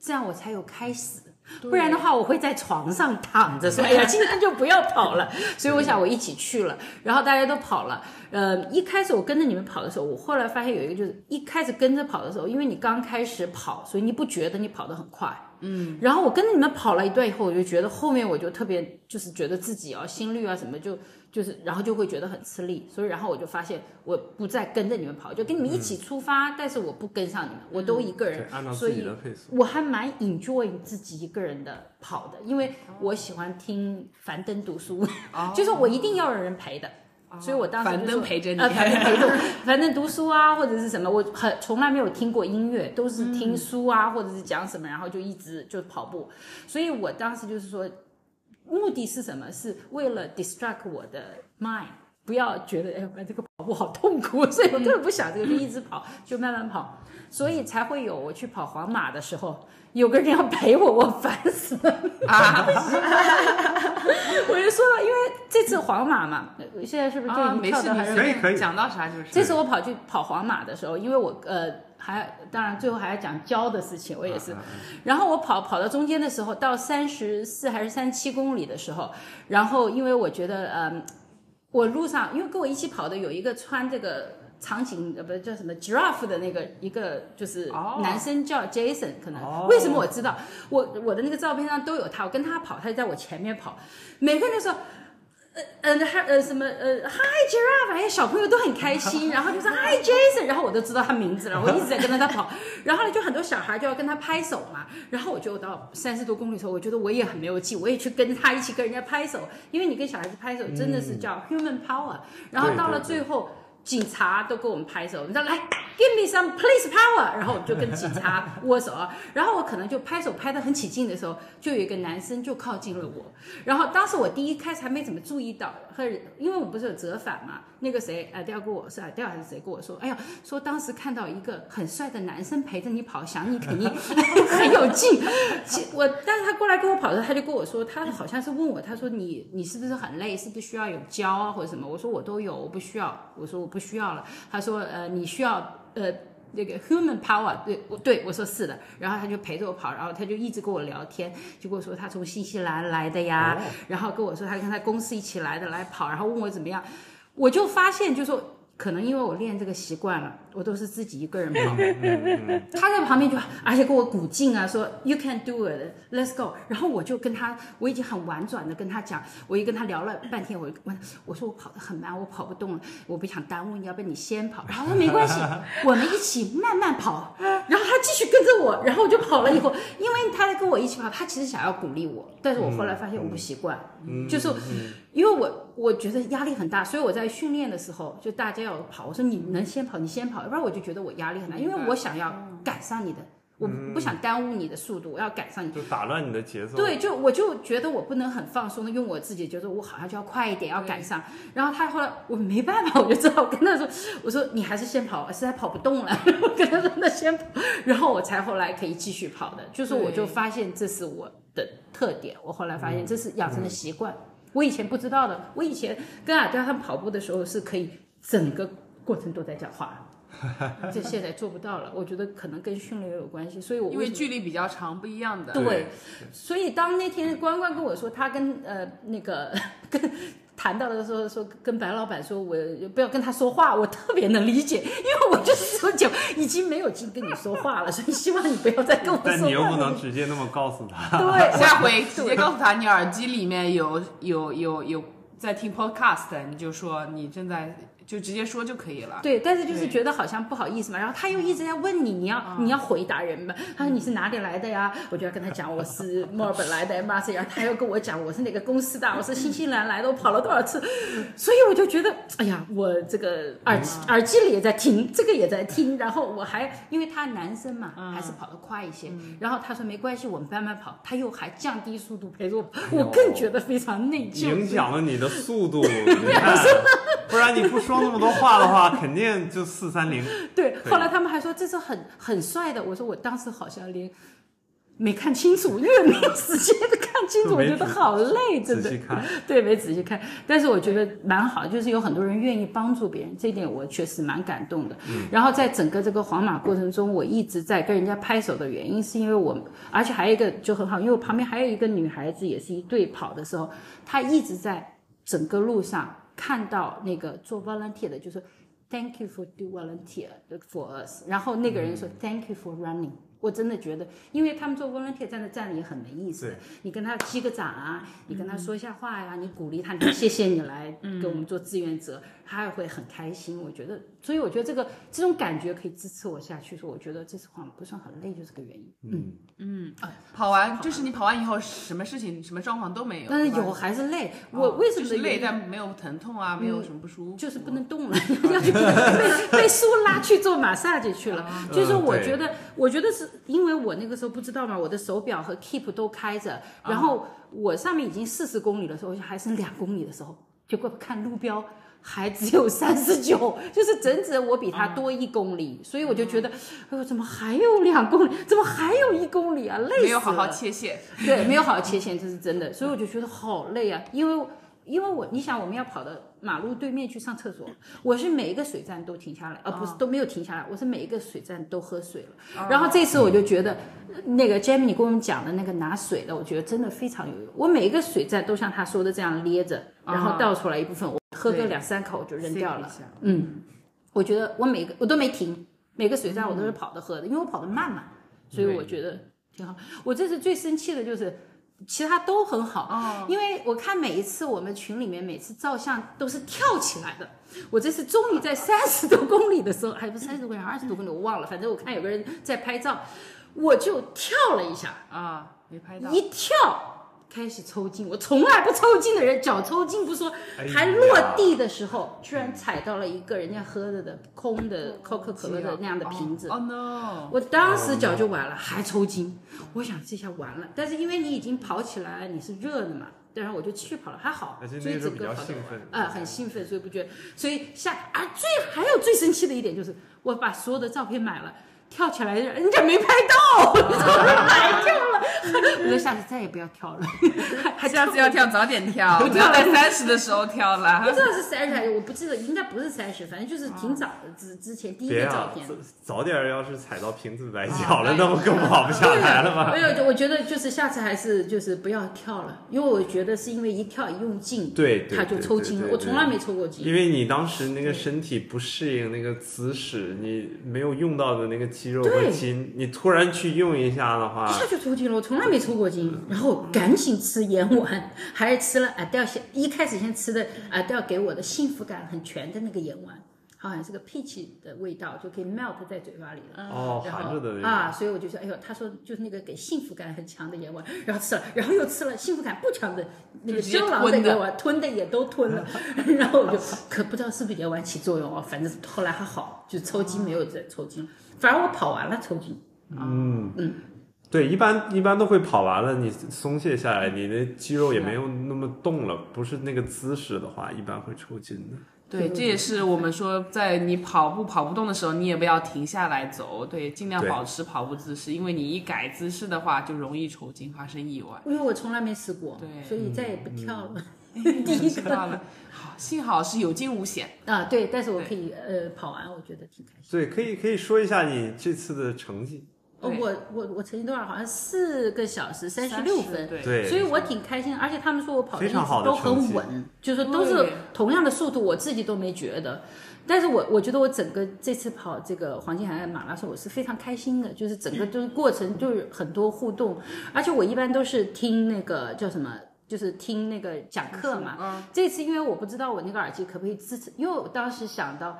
这样我才有开始。不然的话，我会在床上躺着说：“哎呀，今天就不要跑了。”所以我想我一起去了，然后大家都跑了。呃，一开始我跟着你们跑的时候，我后来发现有一个就是一开始跟着跑的时候，因为你刚开始跑，所以你不觉得你跑得很快。嗯。然后我跟着你们跑了一段以后，我就觉得后面我就特别就是觉得自己啊心率啊什么就就是，然后就会觉得很吃力，所以然后我就发现我不再跟着你们跑，就跟你们一起出发，但是我不跟上你们，我都一个人
对，嗯按照
所
自己
以
的 配速，
我还蛮 enjoy 自己一个人的跑的，因为我喜欢听樊登读书， 就是我一定要有人陪的。哦所以我当时就
哦樊登
说
陪着你
呃樊登陪着我，樊登读书啊，或者是什么，我很从来没有听过音乐，都是听书啊，
嗯
或者是讲什么，然后就一直就跑步。所以我当时就是说，目的是什么？是为了 distract 我的 mind，不要觉得哎呦，这个跑步好痛苦，所以我根本不想这个，就一直 跑，就慢慢跑，所以才会有我去跑皇马的时候，有个人要陪我，我烦死了。
啊，
我就说了，因为这次皇马嘛，呃现在是不是就已
啊，
经
没
跳
事
到
没
还
事，
是
可以可以
讲到啥就是。
这次我跑去跑皇马的时候，因为我呃还当然最后还要讲教的事情，我也
啊
是。然后我跑跑到中间的时候，到三十四还是三七公里的时候，然后因为我觉得嗯、我路上因为跟我一起跑的有一个穿这个。长颈呃不是叫什么 giraffe 的那个一个就是
哦
男生叫 Jason，可能、
哦
为什么我知道我我的那个照片上都有他，我跟他跑，他就在我前面跑，每个人都说呃呃呃什么呃 Hi Giraffe，哎，小朋友都很开心，然后就说 Hi Jason，然后我都知道他名字了，我一直在跟着他跑，然后呢就很多小孩就要跟他拍手嘛，然后我就到三十多公里的时候，我觉得我也很没有劲，我也去跟他一起跟人家拍手，因为你跟小孩子拍手真的是叫 human power，、然后到了最后。警察都跟我们拍手，你知道，来，give me some police power，然后我就跟警察握手啊，然后我可能就拍手拍得很起劲的时候，就有一个男生就靠近了我，然后当时我第一开始还没怎么注意到，和因为我不是有折返嘛，那个谁啊调跟我是啊调还是谁跟我说，哎呀，说当时看到一个很帅的男生陪着你跑，想你肯定 很有劲。其我但是他过来跟我跑的时候，他就跟我说，他好像是问我，他说你你是不是很累，是不是需要有胶啊或者什么？我说我都有，我不需要，我说我不需要了。他说呃你需要呃那个 human power，对，我对我说是的，然后他就陪着我跑，然后他就一直跟我聊天，就跟我说他从新西兰来的呀，然后跟我说他跟他公司一起来的来跑，然后问我怎么样，我就发现就说可能因为我练这个习惯了，我都是自己一个人跑，
嗯
他在旁边就而且跟我鼓劲啊，说 You can do it，Let's go，然后我就跟他我已经很婉转的跟他讲，我一跟他聊了半天，我就问我说我跑得很慢，我跑不动了，我不想耽误你，要不然你先跑，然后他说没关系，我们一起慢慢跑，然后他继续跟着我，然后我就跑了以后，因为他在跟我一起跑，他其实想要鼓励我，但是我后来发现我不习惯，
嗯
就是因为我我觉得压力很大，所以我在训练的时候就大家要跑，我说你能先跑你先跑，要不然我就觉得我压力很大，因为我想要赶上你的，我不想耽误你的速度，我要赶上你。
就打乱你的节奏。
对，就我就觉得我不能很放松的用我自己，觉得我好像就要快一点，要赶上。然后他后来我没办法，我就只好跟他说，我说你还是先跑，实在跑不动了， 我跟他说那先跑，然后我才后来可以继续跑的。就是我就发现这是我的特点，我后来发
嗯
现这是养成的习惯，我以前不知道的。我以前跟阿彪他们跑步的时候是可以整个过程都在讲话。 这现在做不到了，我觉得可能跟训练有关系，所以我
因为
什么
距离比较长，不一样的。
对，所以当那天关关跟我说，他跟呃那个 跟谈到的时候，说跟白老板说，我不要跟他说话，我特别能理解，因为我就是说久已经没有劲跟你说话了，所以希望你不要再跟我说话。
但你又不 能直接那么告诉他，
对，
下 回直接告诉他，你耳机里面有有有有在听 podcast，你就说你正在，就直接说就可以了。
对，但是就是
对
觉得好像不好意思嘛，然后他又一直在问你，你要、
嗯
你要回答人嘛，他说你是哪里来的呀？我就要跟他讲我是墨尔本来的 MRC，然后他又跟我讲我是哪个公司的，我是新西兰来的，我跑了多少次，所以我就觉得，哎呀，我这
嗯
个耳机、耳机里也在听，这个也在听，然后我还因为他男生嘛，
嗯
还是跑得快一些，然后他说没关系，我们慢慢跑，他又还降低速度陪着我， 我更觉得非常内疚，
哎影响了你的速度。你看，不然你不说那么多话的话，肯定就四三零。
对，
对
后来他们还说这是很很帅的，我说我当时好像连没看清楚，因为没有时间看清楚，
就
我
没
觉得好累，真
仔
的
细 看，
对，没仔细看。但是我觉得蛮好，就是有很多人愿意帮助别人，这一点我确实蛮感动的。然后在整个这个皇马过程中，我一直在跟人家拍手的原因，是因为我，而且还有一个就很好，因为我旁边还有一个女孩子，也是一队跑的时候，她一直在整个路上看到那个做 volunteer 的，就说 Thank you for do volunteer for us。然后那个人说 Thank you for running。我真的觉得，因为他们做 volunteer 站在站里也很没意思
对，
你跟他击个掌啊，你
嗯
跟他说一下话呀、你鼓励他，你谢谢你来给我们做志愿者，他也会很开心。我觉得，所以我觉得这个这种感觉可以支持我下去，说我觉得这次好像不算很累，就是个原因。
嗯，
跑完就是你跑完以后，什么事情、什么状况都没有。
但是
对吧
有还是累，
哦
我为什
就
么
是
的原
累，
因
但没有疼痛啊，没有什么不舒服，
嗯就是不能动了，
嗯
要去被被苏拉去做马萨去去了。
啊嗯
就是说我
对
觉得，我觉得是因为我那个时候不知道嘛，我的手表和 Keep 都开着，
啊
然后我上面已经四十公里的时候，还剩两公里的时候，结果看路标。还只有三十九， 就是整整我比他多一公里，所以我就觉
嗯
得，哎呦，怎么还有两公里？怎么还有一公里啊？累死了！
没有好好切线。
对，没有好好切线，这是真的。所以我就觉得好累啊，因为因为我你想我们要跑到马路对面去上厕所，我是每一个水站都停下来，啊、不是都没有停下来，我是每一个水站都喝水了。然后这次我就觉得，那个 Jamie 你跟我们讲的那个拿水的，我觉得真的非常有用。我每一个水站都像他说的这样捏着，然后
啊
倒出来一部分，我喝个
对
两三口就扔掉了
save 一下。
嗯，我觉得我每个我都没停，每个水站
嗯
我都是跑着喝的，因为我跑得慢嘛，所以我觉得挺好。我这次最生气的就是其他都很好。
哦，
因为我看每一次我们群里面每次照相都是跳起来的，我这次终于在三十多公里的时候，还不是三十多公里，二十多公里我忘了，反正我看有个人在拍照，我就跳了一下，
啊，没拍到，
一跳开始抽筋，我从来不抽筋的人脚抽筋不说，
哎呀
还落地的时候居然踩到了一个人家喝着的空的可口可乐的那样的瓶子
哦，no，
我当时脚就崴了，还抽筋。我想这下完了，但是因为你已经跑起来，你是热的嘛，然后我就去跑了，还好，
而且
所
那
以
个时候
整
比
个
较
跑得
兴
完
奋
呃，很兴奋，所以不觉得，所以下啊最还有最生气的一点就是，我把所有的照片买了。跳起来，人家没拍到，我就白跳了。 我说下次再也不要跳了，还
下次要跳早 点跳，
不
不要在三十的时候跳
不
了
知。道是三十还是我不记得，应该不是三十，反正就是挺早的，之之前第一
啊别
个
啊
照，片
早。早点要是踩到瓶子
啊
崴脚
哎
了，那不更跑不下来了吗？
没有，我觉得就是下次还是就是不要跳了，因为我觉得是因为一跳一用劲，
对对
他就抽筋了。
对对对
我从来没抽过筋
因。为你当时那个身体不适应那个姿势，你没有用到的那个肌肉和
对
筋，你突然去用一下的话
一，下就抽筋了，我从来没抽过筋。然后我赶紧吃盐丸，还是吃了阿掉先一开始先吃的阿掉给我的幸福感很全的那个盐丸，好像是个 peach 的味道，就可以 melt 在嘴巴里了。
哦，
然
含着的那
后
个。
啊，所以我就说，哎呦，他说就是那个给幸福感很强的盐丸，然后吃了，然后又吃了幸福感不强的那个
就直接
蟑螂的
吞的
盐丸，吞的也都吞 了，然后我就可不知道是不是盐丸起作用哦，反正后来还好，就抽筋没有再抽筋了，反而我跑完了抽筋，
对，一般一般都会跑完了，你松懈下
嗯
来，你的肌肉也
啊
没有那么动了，不是那个姿势的话，一般会抽筋的。
对，这也是我们说，在你跑步跑不动的时候，你也不要停下来走，对，尽量
对
保持跑步姿势，因为你一改姿势的话，就容易抽筋，发生意 外。
因为我从来没试过，
对
所以再也
嗯
不跳了。
第一知 道了，好，幸好是有惊无险。
啊，对，但是我可以呃跑完，我觉得挺开心。
对，可以可以说一下你这次的成绩。
哦
对
我我我成绩多少？好像四个小时三十六分，
对，
对，
所以我挺开心的，而且他们说我跑的一
非
直
常好的
都
成
很
绩
稳，就是都是
对
同样的速度，我自己都没觉得。但是我我觉得我整个这次跑这个黄金海岸马拉松，我是非常开心的，就是整个就是过程就是很多互动，而且我一般都是听那个叫什么，就是听那个讲课嘛。这次因为我不知道我那个耳机可不可以支持，因为我当时想到。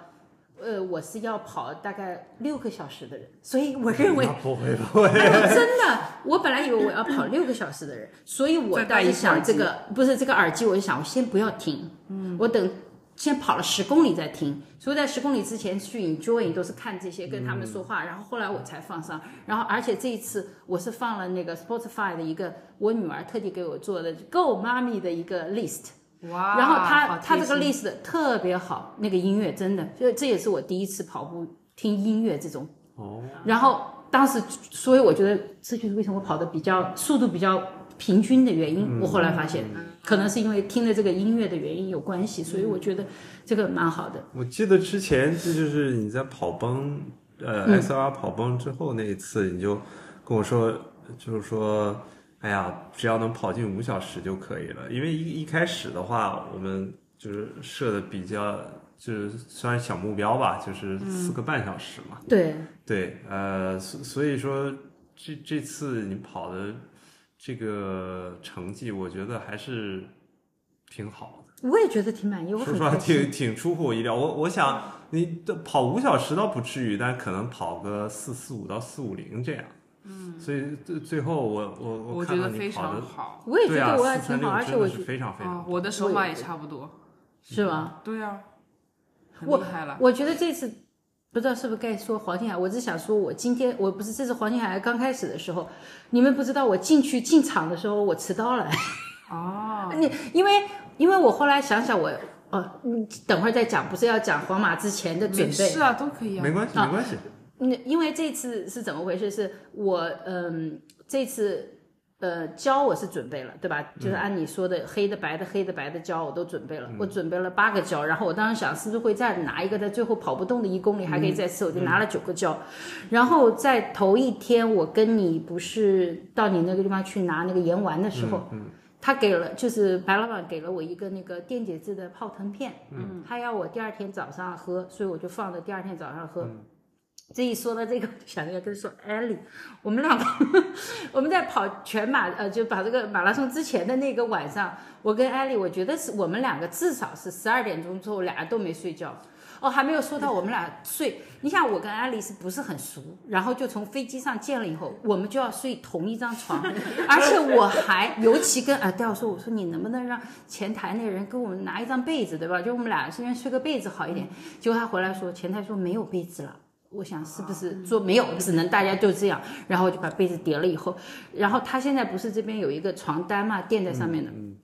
呃，我是要跑大概六个小时的人，所以我认为
啊不会不会，
哎呦真的，我本来以为我要跑六个小时的人，所以我
再戴
当
一
时
副耳
想
机
这个不是这个耳机，我就想我先不要听，嗯，我等先跑了十公里再听。所以在十公里之前去 enjoying 都是看这些，跟他们说话，然后后来我才放上。然后而且这一次我是放了那个 Spotify 的一个我女儿特地给我做的 Go 妈咪的一个 list，
哇，
然后
啊好
他
贴
他这个
心
list 特别好，那个音乐真的，就这也是我第一次跑步听音乐这种。
哦。
然后当时，所以我觉得这就是为什么我跑的比较速度比较平均的原因。
嗯
我后来发现，可能是因为听的这个音乐的原因有关
嗯
系，所以我觉得这个蛮好的。
我记得之前这就是你在跑崩，呃，S R 跑崩之后那一次，你就跟我说，就是说，哎呀，只要能跑进五小时就可以了。因为一一开始的话，我们就是设的比较，就是算是小目标吧，就是四个半小时嘛。
对，
对，呃，所所以说这这次你跑的这个成绩，我觉得还是挺好的。
我也觉得挺满意，我
说
很
实话，
开心。
挺挺出乎我意料。我我想你的跑五小时倒不至于，但可能跑个四四五到四五零这样。嗯，所以最最后我我
我觉
看到
得
你
非
跑
常
的，
好。
我也觉
对啊，
得我也
四
挺
三六
好，而且
真
我
的
觉
是非常非常
啊，
好。
我的手码也差不多。
是吧？
对啊，很
我
厉害了。
我觉得这次不知道是不是该说黄金海，我只想说，我今天我不是这次黄金海刚开始的时候，你们不知道我进去进场的时候我迟到了。
哦，
你因为因为我后来想想我，哦，嗯等会儿再讲，不是要讲皇马之前的准
没
备
事。啊，都可以啊
没。关系，
啊
没关系。
嗯，因为这次是怎么回事？是我嗯，这次呃胶我是准备了，对吧？就是按你说的黑的、白的、黑的、白的胶我都准备了，我准备了八个胶，然后我当时想是不是会再拿一个，在最后跑不动的一公里还可以再吃，我就拿了九个胶。然后在头一天我跟你不是到你那个地方去拿那个盐丸的时候，他给了，就是白老板给了我一个那个电解质的泡腾片，嗯，他要我第二天早上喝，所以我就放到第二天早上喝。这一说到这个，我就想要跟说艾莉，我们两个我们在跑全马，呃，就跑这个马拉松之前的那个晚上，我跟艾莉，我觉得是我们两个至少是十二点钟之后，俩人都没睡觉。哦，还没有说到我们俩睡。你想，我跟艾莉是不是很熟？然后就从飞机上见了以后，我们就要睡同一张床，而且我还尤其跟啊戴老说，我说你能不能让前台那人给我们拿一张被子，对吧？就我们俩虽然睡个被子好一点。结果他回来说，前台说没有被子了。我想是不是说没有，只能大家就这样，然后我就把被子叠了以后，然后他现在不是这边有一个床单嘛，垫在上面的，
嗯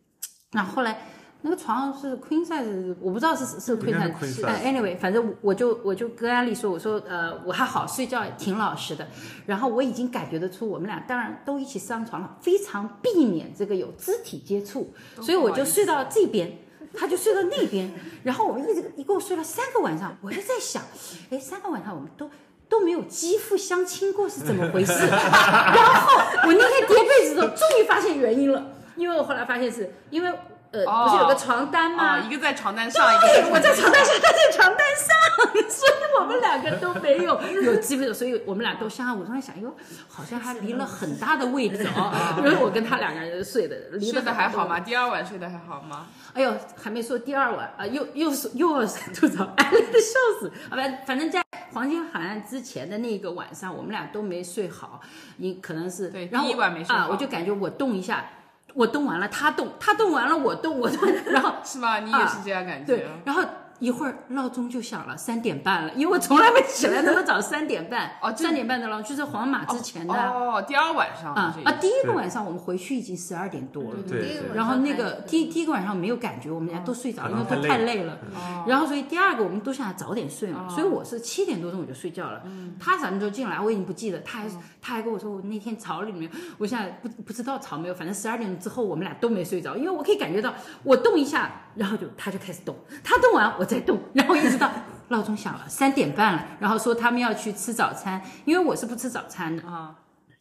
然后后来那个床是 queen size，我不知道是是
应该
queen size，
是 queen size
但 anyway，反正我就我就跟安利说，我说呃我还好，睡觉挺老实的。然后我已经感觉得出，我们俩当然都一起上床了，非常避免这个有肢体接触，所以我就睡到这边，他就睡到那边。然后我们一直一共睡了三个晚上，我就在想，哎，三个晚上我们都。都没有肌肤相亲过是怎么回事？然后我那天叠被子的时候，终于发现原因了，因为我后来发现是因为呃，
哦
不是有个床单吗？
啊，一个在床单上，一个在
对，我在床单上，他在床单上，所以我们两个都没有 有机会，所以我们俩都相爱。我突然想，哟，好像还离了很大的位 置啊，因为我跟他两个人睡的，离
睡
得
得还好吗？？ 第二晚睡得还好吗？
哎呦，还没说第二晚啊，又又是又是吐槽， 哎，笑死！啊，反反正在黄金海岸之前的那个晚上，我们俩都没睡好，你可能是
对
然后
第一晚没睡
啊，
好
我就感觉我动一下，我动完了他动，他动完了我动，我动，然后
是吗？你也是这样感觉？
啊
啊
对，
啊
然后一会儿闹钟就响了，三点半了，因为我从来没起来那么早，三点半。
哦这
三点半的闹钟就是皇马之前的啊
哦，第二晚上
啊
是
啊！第一
对
个晚上我们回去已经十二点多了。
对对
然后那个第第一个晚上没有感觉，我们俩都睡着了，因为
可能
都嗯太
太
累了。
哦
啊然后所以第二个我们都想早点睡嘛，所以我是七点多钟我就睡觉了。他啥时候进来我已经不记得，他还他还跟我说我那天吵你没有，我现在不不知道吵没有，反正十二点之后我们俩都没睡着，因为我可以感觉到我动一下，然后就他就开始动，他动完我再动，然后一直到闹钟响了三点半了，然后说他们要去吃早餐，因为我是不吃早餐的。
啊，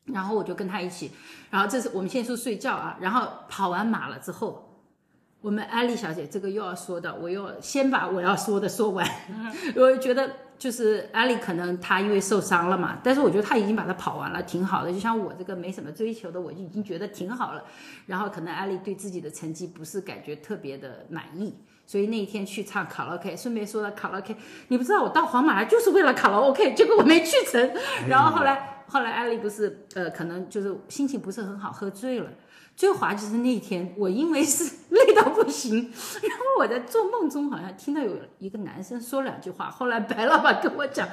然后我就跟他一起，然后这是我们先说睡觉啊，然后跑完马了之后，我们艾丽小姐这个又要说的，我又要先把我要说的说完，我觉得就是艾丽可能她因为受伤了嘛，但是我觉得她已经把它跑完了，挺好的，就像我这个没什么追求的，我就已经觉得挺好了。然后可能艾丽对自己的成绩不是感觉特别的满意。所以那一天去唱卡拉 OK，顺便说到卡拉 OK，你不知道我到皇马来就是为了卡拉 OK，结果我没去成。然后后来后来艾丽不是呃，可能就是心情不是很好，喝醉了。最滑稽是那一天，我因为是累到不行， 然后我在做梦中好像听到有一个男生说两句话，后来白老板跟我讲，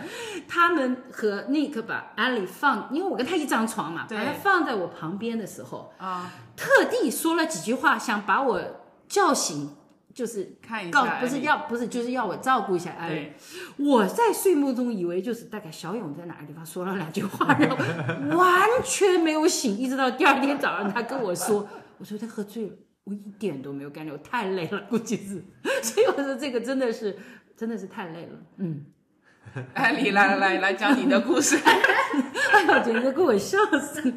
他们和那个把艾丽放，因为我跟他一张床嘛，把
对
他放在我旁边的时候，
啊，
特地说了几句话，想把我叫醒，就是
看一
告
下，
不是要不是就是要我照顾一下艾丽
对。
我在睡梦中以为就是大概小勇在哪个地方说了两句话，然 后完全没有醒，一直到第二天早上他跟我说， 我说他喝醉了，我一点都没有感觉，我太累了，估计是。所以我说这个真的是真的是太累了，嗯。
艾丽，来来来来讲你的故事。
哎呦，简直给我笑死了！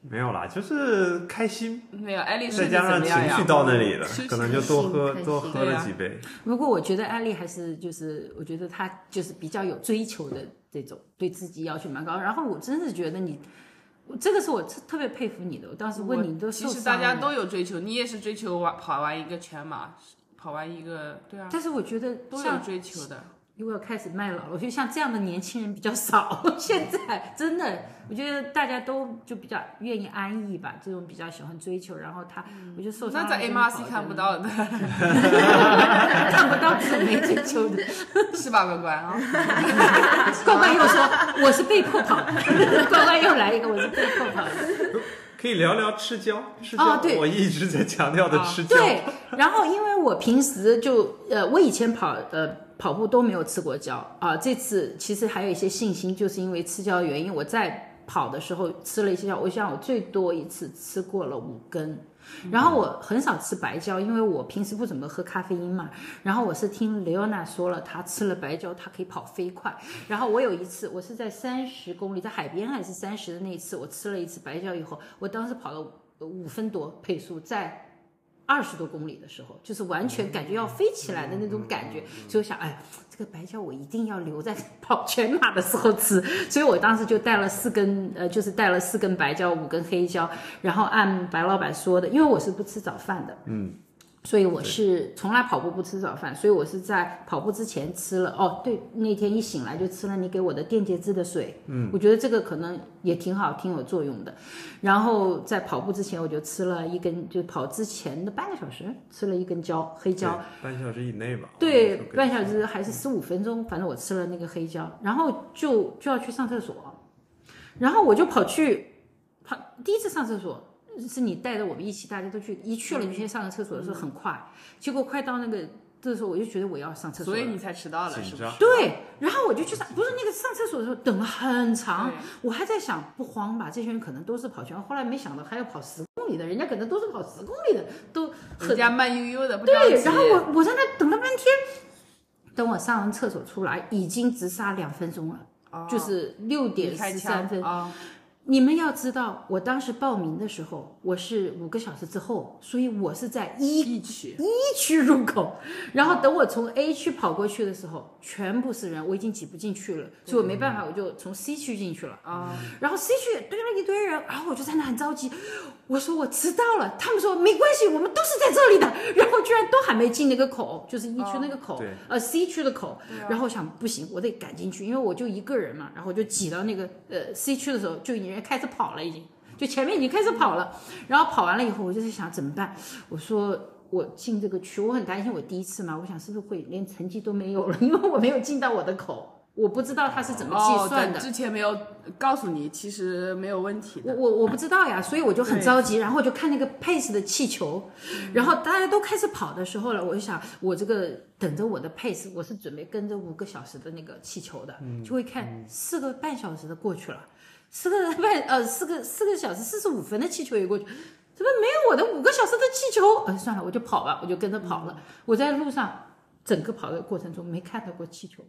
没有啦，就是开心，
没有，艾丽
再
睡得
加
怎
上
么
情
样呀
绪？到那里了
吃，
可能就多喝
开心
多喝
对
了
啊
几杯。
不过我觉得艾丽还是就是，我觉得她就是比较有追求的这种，对自己要求蛮高。然后我真是觉得你，我这个是我特特别佩服 你的。我当时问你，你都
其
受
实
伤
大
了
家都有追求，你也是追求完跑完一个全马，跑完一个，对啊，
但是我觉得
都有
像
追求的。
如果开始卖老了，我觉得像这样的年轻人比较少。 现在真的，我觉得大家都就比较愿意安逸吧，这种比较喜欢追求。然后他，我就受伤
嗯那
了
在 M
真的
R
跑
C
得
看不，到的，
看不到这种没追 求的。
是吧，关关啊？
关关又说我是被迫跑， 关关又来一个我是被迫跑的。
可以聊聊吃胶，吃胶，
哦对
我一直在强调的
啊
吃胶。
对，然后因为我平时就呃，我以前跑呃跑步都没有吃过胶啊、这次其实还有一些信心，就是因为吃胶的原因，我在跑的时候吃了一些胶，我想我最多一次吃过了五根。然后我很少吃白胶，因为我平时不怎么喝咖啡因嘛。然后我是听雷欧娜说了，她吃了白胶，她可以跑飞快。然后我有一次，我是在三十公里，在海边还是三十的那一次，我吃了一次白胶以后，我当时跑了五分多配速，在二十多公里的时候，就是完全感觉要飞起来的那种感觉，所以我想，哎，这个白胶我一定要留在跑全马的时候吃，所以我当时就带了四根，呃，就是带了四根白胶，五根黑胶，然后按白老板说的，因为我是不吃早饭的，嗯。所以我是从来跑步不吃早饭，所以我是在跑步之前吃了。哦，对，那天一醒来就吃了你给我的电解质的水，嗯，我觉得这个可能也挺好，挺有作用的。然后在跑步之前我就吃了一根，就跑之前的半个小时吃了一根胶黑胶，
对半小时以内吧。
对，
我们就可以
半小时还是十五分钟，反正我吃了那个黑胶，然后就就要去上厕所，然后我就跑去跑第一次上厕所是你带着我们一起，大家都去一去了就先上个厕所的时候很快，结果快到那个的时候我就觉得我要上厕所
所
了，
以你才迟到了，
紧
是不是
张？
对，然后我就去上，不是那个上厕所的时候等了很长
对，
我还在想不慌吧，这些人可能都是跑全，后来没想到还有跑十公里的，人家可能都是跑十公里的，都很
人家慢悠悠的，不着
对，
急
然后我我在那等了半天，等我上完厕所出来，已经只差两分钟了，
哦
就是六点
你开
十
枪
三分。
啊，
你们要知道，我当时报名的时候，我是五个小时之后，所以我是在一
一起
一区入口，然后等我从 A 区跑过去的时候，全部是人，我已经挤不进去了，所以我没办法，我就从 C 区进去了。
啊，
然后 C 区堆了一堆人，然后我就在那很着急，我说我迟到了，他们说没关系，我们都是在这里的，然后居然都还没进那个口，就是一区那个口，
对
呃 C 区的口，然后我想不行，我得赶进去，因为我就一个人嘛，然后我就挤到那个呃 C 区的时候，就已经开始跑了，已经就前面已经开始跑了，然后跑完了以后，我就在想怎么办，我说。我进这个区，我很担心，我第一次嘛，我想是不是会连成绩都没有了，因为我没有进到我的口，我不知道它是怎么计算
哦咱。
的
之前没有告诉你，其实没有问题
我
的。
我我不知道呀，所以我就很着急，然后我就看那个 pace 的气球，然后大家都开始跑的时候了，我就想我这个等着我的 pace，我是准备跟着五个小时的那个气球的，
嗯
就会看四个半小时的过去了，四个半呃四个四个小时四十五分的气球也过去，怎么没有我的五个小时的气球？呃，算了，我就跑吧，我就跟着跑
嗯
了。我在路上整个跑的过程中没看到过气球，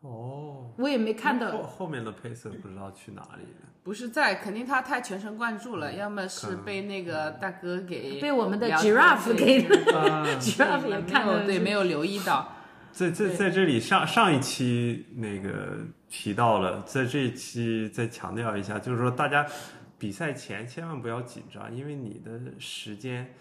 哦，
我也没看到
后后面的 pacer 不知道去哪里了。
不是在，肯定他太全神贯注了，要么是被那个大哥给
被我们的
聊天
giraffe
对
给
啊，
giraffe 也看
没
到
有对没有留意到，
在在在这里上上一期那个提到了，在这一期再强调一下，就是说大家比赛前千万不要紧张，因为你的时间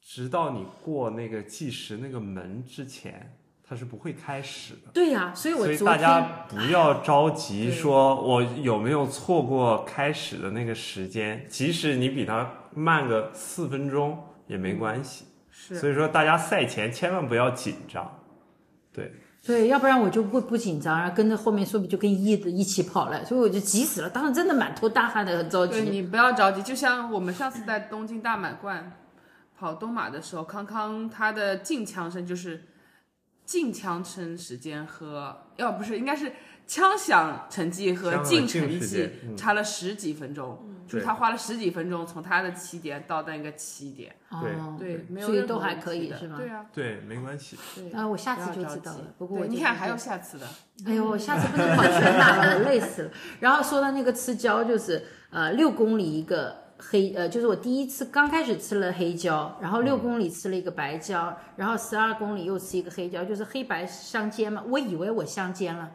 直到你过那个计时那个门之前，它是不会开始的。
对呀、所以我
所以
昨
大
天。
家不要着急，
对
说我有没有错过开始的那个时间，即使你比他慢个四分钟也
嗯
没关系。
是
所以说，大家赛前千万不要紧张。对，
对，要不然我就不不紧张，然后跟着后面说不定就跟一的一起跑了，所以我就急死了，当时真的满头大汗的，很着
对
急。
你不要着急，就像我们上次在东京大满贯跑东马的时候，康康他的进枪声就是进枪声时间和要不是应该是枪响成绩和
枪和
进
进
成
时间
绩
嗯
差了十几分钟，
嗯
就是
对
他花了十几分钟从他的起点到那个起点，
哦，
对，没有
所以
任
都
何
还
问
可
题
以
的
是吗
对啊，
对，没关系。
对。
啊，我下
不
次
要
就
着
知道
急
了。不过
对
我
你
就
看
是
还有下次的，
哎
嗯
呦，我下次不能跑全马了，我累死了。然后说到那个吃胶，就是呃六公里一个黑，呃就是我第一次刚开始吃了黑胶，然后
嗯
六公里吃了一个白胶，然后十二公里又吃一个黑胶，就是黑白相间嘛。我以为我相间了，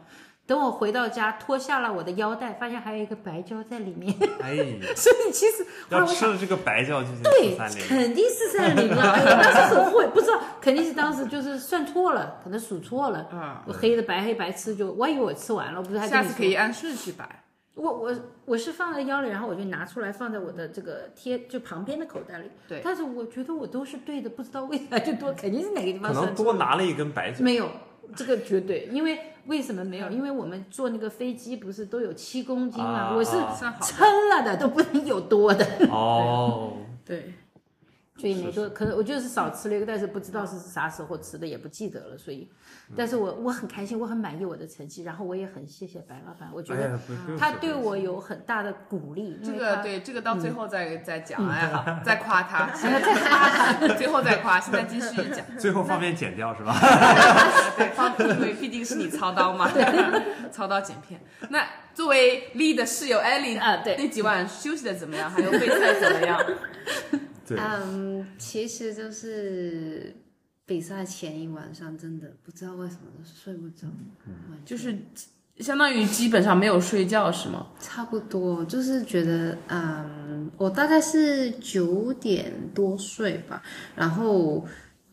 等我回到家脱下了我的腰带，发现还有一个白胶在里面，
哎，
所以其实后来
要
我
吃
想。
了这个白胶就是
对，
三连。
肯定是三零了。哎呦当时很会，不知道，肯定是当时就是算错了，可能数错了。
嗯，
我黑的白黑白吃就，我以为我吃完了，我不是还跟
下
你
次
说
可以按顺序 摆。
我我我是放在腰里，然后我就拿出来放在我的这个贴就旁边的口袋里。
对
但是我觉得我都是对的，不知道为啥 就多，肯定是哪个地
可
方
能
算错
多拿了一根白胶，
没有。这个绝对，因为为什么没有？因为我们坐那个飞机不是都有七公斤嘛，
啊
我是
啊
算好的
称了的，都不能有 多的，
哦，
对，
所以没多。可能我就是少吃了一个，但是不知道是啥时候吃的，也不记得了。所以，
嗯
但是我我很开心，我很满意我的成绩，然后我也很谢谢白老板，我觉
哎
得
呀，不不用
他
说
对我有很大的鼓励。因
这
为
个
他
对这个到
嗯
最后再再讲，哎好，再夸 他，现在再夸，最后再夸，现在继续讲。
最后方便剪掉是吧？
对，方因为毕竟是你操刀嘛， 操刀剪片。那作为丽的室友艾莉
啊对
那几晚休息的怎么样？还有备赛怎么样？
对，
嗯，其实就是比赛前一晚上真的不知道为什么就是睡不着，完 全
就是相当于基本上没有睡觉是吗？
差不多，就是觉得，嗯，我大概是九点多睡吧，然后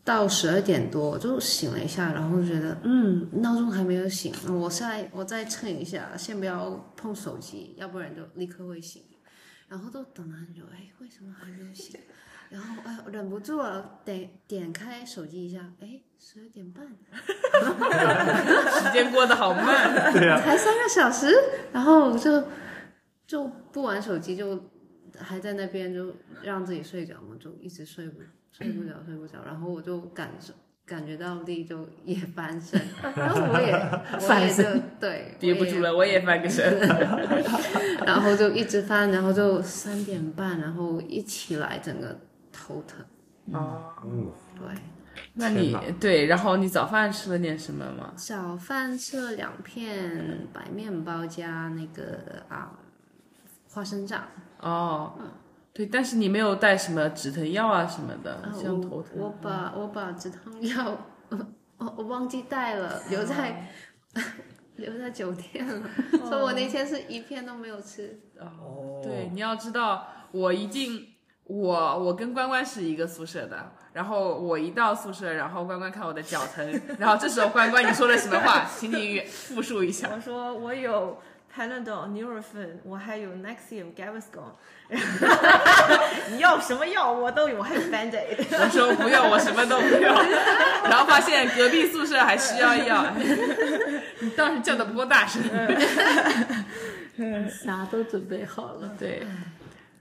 到十二点多我就醒了一下，然后觉得，嗯，闹钟还没有醒，我再我再蹭一下，先不要碰手机，要不然就立刻会醒。然后都等了很久，哎，为什么还没有醒？然后哎，我忍不住了，得点开手机一下，哎，十二点半，
时间过得好慢，
才三个小时，然后就就不玩手机，就还在那边就让自己睡着嘛，就一直睡不睡不着，睡不着，然后我就感受感觉到力就也翻 身，然后我也我
翻
也就
身
对
憋不住，了，我也翻个 身。
我也然后就一直翻，然后就三点半，然后一起来整个头疼，
哦，
嗯，
对。
那
天
你
哪
对，然后你早饭吃了点什么吗？
早饭吃了两片白面包加那个啊花生酱，
哦，对，但是你没有带什么止疼药啊什么的，
啊
像头
我我
疼。
把我把止痛药，我我忘记带了，留在、 留在酒店了，所以我那天是一片都没有吃。
哦
对，，你要知道，我一进我我跟关关是一个宿舍的，然后我一到宿舍，然后关关看我的脚疼，然后这时候关关你说了什么话，请你复述一下。
我说我有 Panadol、Nurofen，我还有 Nexium、Gaviscon，你要什么药我都有， 我还有 Band-Aid。
我说不用，我什么都不用，然后发现隔壁宿舍还需要药， 你当时叫的不够大声。
嗯
啥都准备好 了。
对，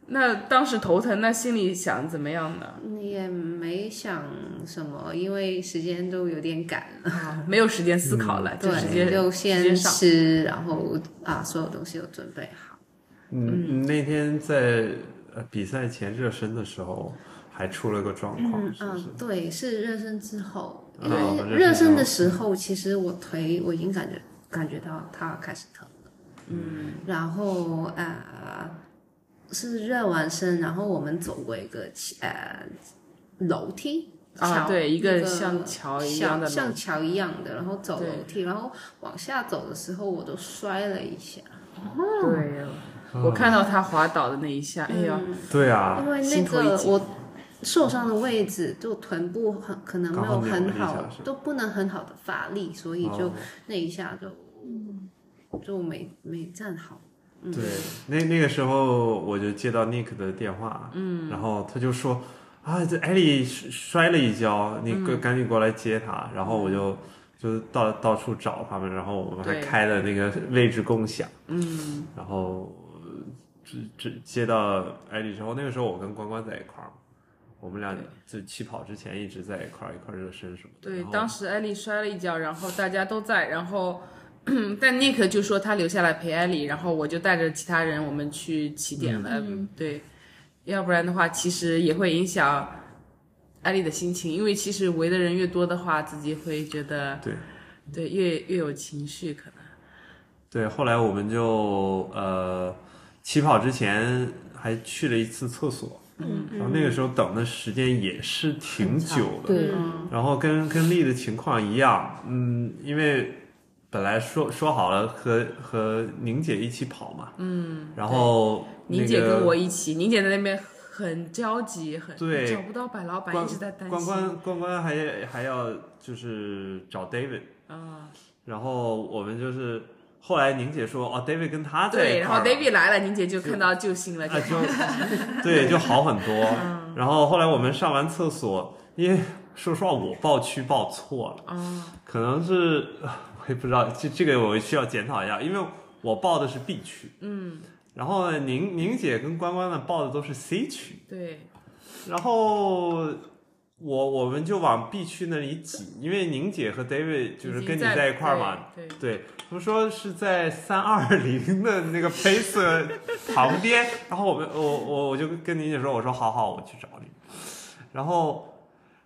那当时头疼，那心里想怎么样呢？
你嗯也没想什么，因为时间都有点赶了，
没有时间思考了，就直接
嗯对，就
直接
先
上
吃，然后啊，所有东西都准备好。
嗯，那天在呃比赛前热身的时候还出了个状况，
嗯
是不是
嗯，？对，是热身之后，因
哦热
为热
身
身的时候，其实我腿我已经感觉感觉到它开始疼。
嗯，
然后呃是热完身，然后我们走过一个呃楼梯
啊，
桥
对，一
个
个像桥一样的
像像
楼，
桥一样的，然后走
对
楼梯，然后往下走的时候我都摔了一下，
对呀，
嗯
我看到他滑倒的那一下，哎呀，
嗯
对啊，
因为那
心头一
个
紧
我。受伤的位置就臀部很可能没
刚好
有
扭了
很
一下
好
是吧，
都不能很好的发力，所以就那一下就、就没没站好。
嗯
对，那那个时候我就接到 Nick 的电话，嗯，然后他就说啊，这艾丽摔摔了一跤，
嗯
你赶赶紧过来接她。然后我就就到到处找他们，然后我们还
对
开了那个位置共享，
嗯，
然后呃这这接到艾丽之后，那个时候我跟关关在一块儿嘛，我们俩就起跑之前一直在一块儿一块儿热身什么的。
对
然，后
当时艾丽摔了一跤，然后大家都在，然后。 但 Nick 就说他留下来陪艾丽，然后我就带着其他人我们去起点了。
嗯
对，要不然的话，其实也会影响艾丽的心情，因为其实围的人越多的话，自己会觉得
对
对越越有情绪可能。
对，后来我们就呃起跑之前还去了一次厕所，嗯，然后那个时候等的时间也是挺久的，
对，
然后跟跟丽的情况一样，嗯，因为本来说说好了和和宁姐一起跑嘛，嗯，然后
宁
那
姐
个
跟我一起，宁姐在那边很焦急，很
对
找不到白老板，
关
一直在担
关
心。
关关关还还要就是找 David，
啊，
然后我们就是后来宁姐说哦 David 跟他在
对，
一
然
块
后
儿了
David 来了，宁姐就看到救星了，就
啊， 就对，就好很多。
嗯
然后后来我们上完厕所，因为说实话我报区报错了，
啊，
可能是 啊我也不知道，这这个我需要检讨一下，因为我报的是 B 区，
嗯，
然后呢宁宁姐跟关关呢报的都是 C 区，
对，
然后。我我们就往 B 区那里挤，因为宁姐和 David 就是
已经
跟你
在
在一块儿嘛，，
对，对
对，他们说是在三二零的那个 pace 旁边，然后我们我我我就跟宁姐说，我说好好，我去找你。然后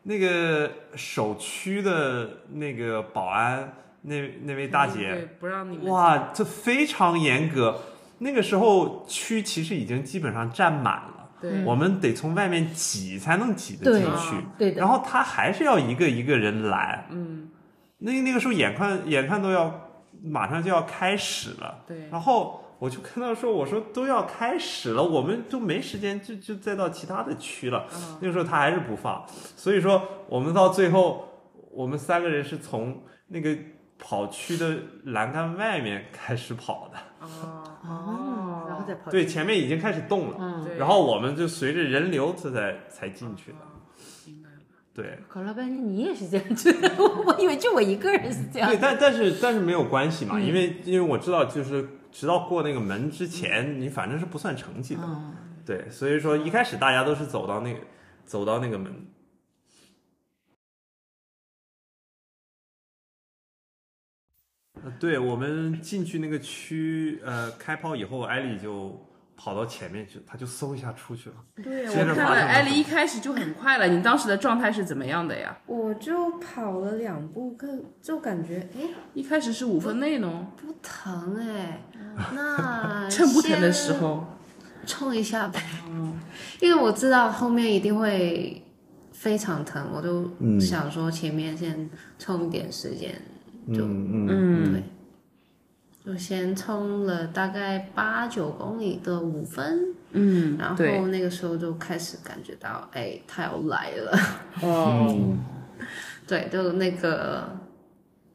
那个首区的那个保安那那位大
对
姐，
不让你们
哇，这非常严格。那个时候区其实已经基本上占满了，
对
我们得从外面挤才能挤得
对
进去。
对的
然，后他还是要一个一个人来，
嗯，
那那个时候眼看眼看都要马上就要开始了，
对，
然后我就看到说，我说都要开始了，我们都没时间，就就再到其他的区了。
嗯
啊，
那个时候他还是不放，所以说我们到最后，我们三个人是从那个跑区的栏杆外面开始跑的，
哦，
哦，然后再跑
对，前面已经开始动了，
嗯，
对
然后我们就随着人流这才才进去的，
哦明白了，
对。
搞了半天你也是这样觉得， 我我以为就我一个人是这样
对，。但但是但是没有关系嘛，
嗯
因为因为我知道，就是直到过那个门之前，你反正是不算成绩的。
嗯，
对，所以说一开始大家都是走到那个走到那个门。呃对我们进去那个区，呃，开炮以后，艾丽就跑到前面去，她就嗖一下出去了。
对，
接着
我
看
发
了
生了
艾丽一开始就很快了，你当时的状态是怎么样的呀？
我就跑了两步，看就感觉哎
一开始是五分内呢，
不疼哎，那
趁不疼的时候，
冲一下呗，因为我知道后面一定会非常疼，我就
嗯
想说前面先冲一点时间，就
嗯嗯，
嗯
对，就先冲了大概八九公里的五分，
嗯，
然
对，
后那个时候就开始感觉到，哎，他要来了，
哦，
嗯对，就那个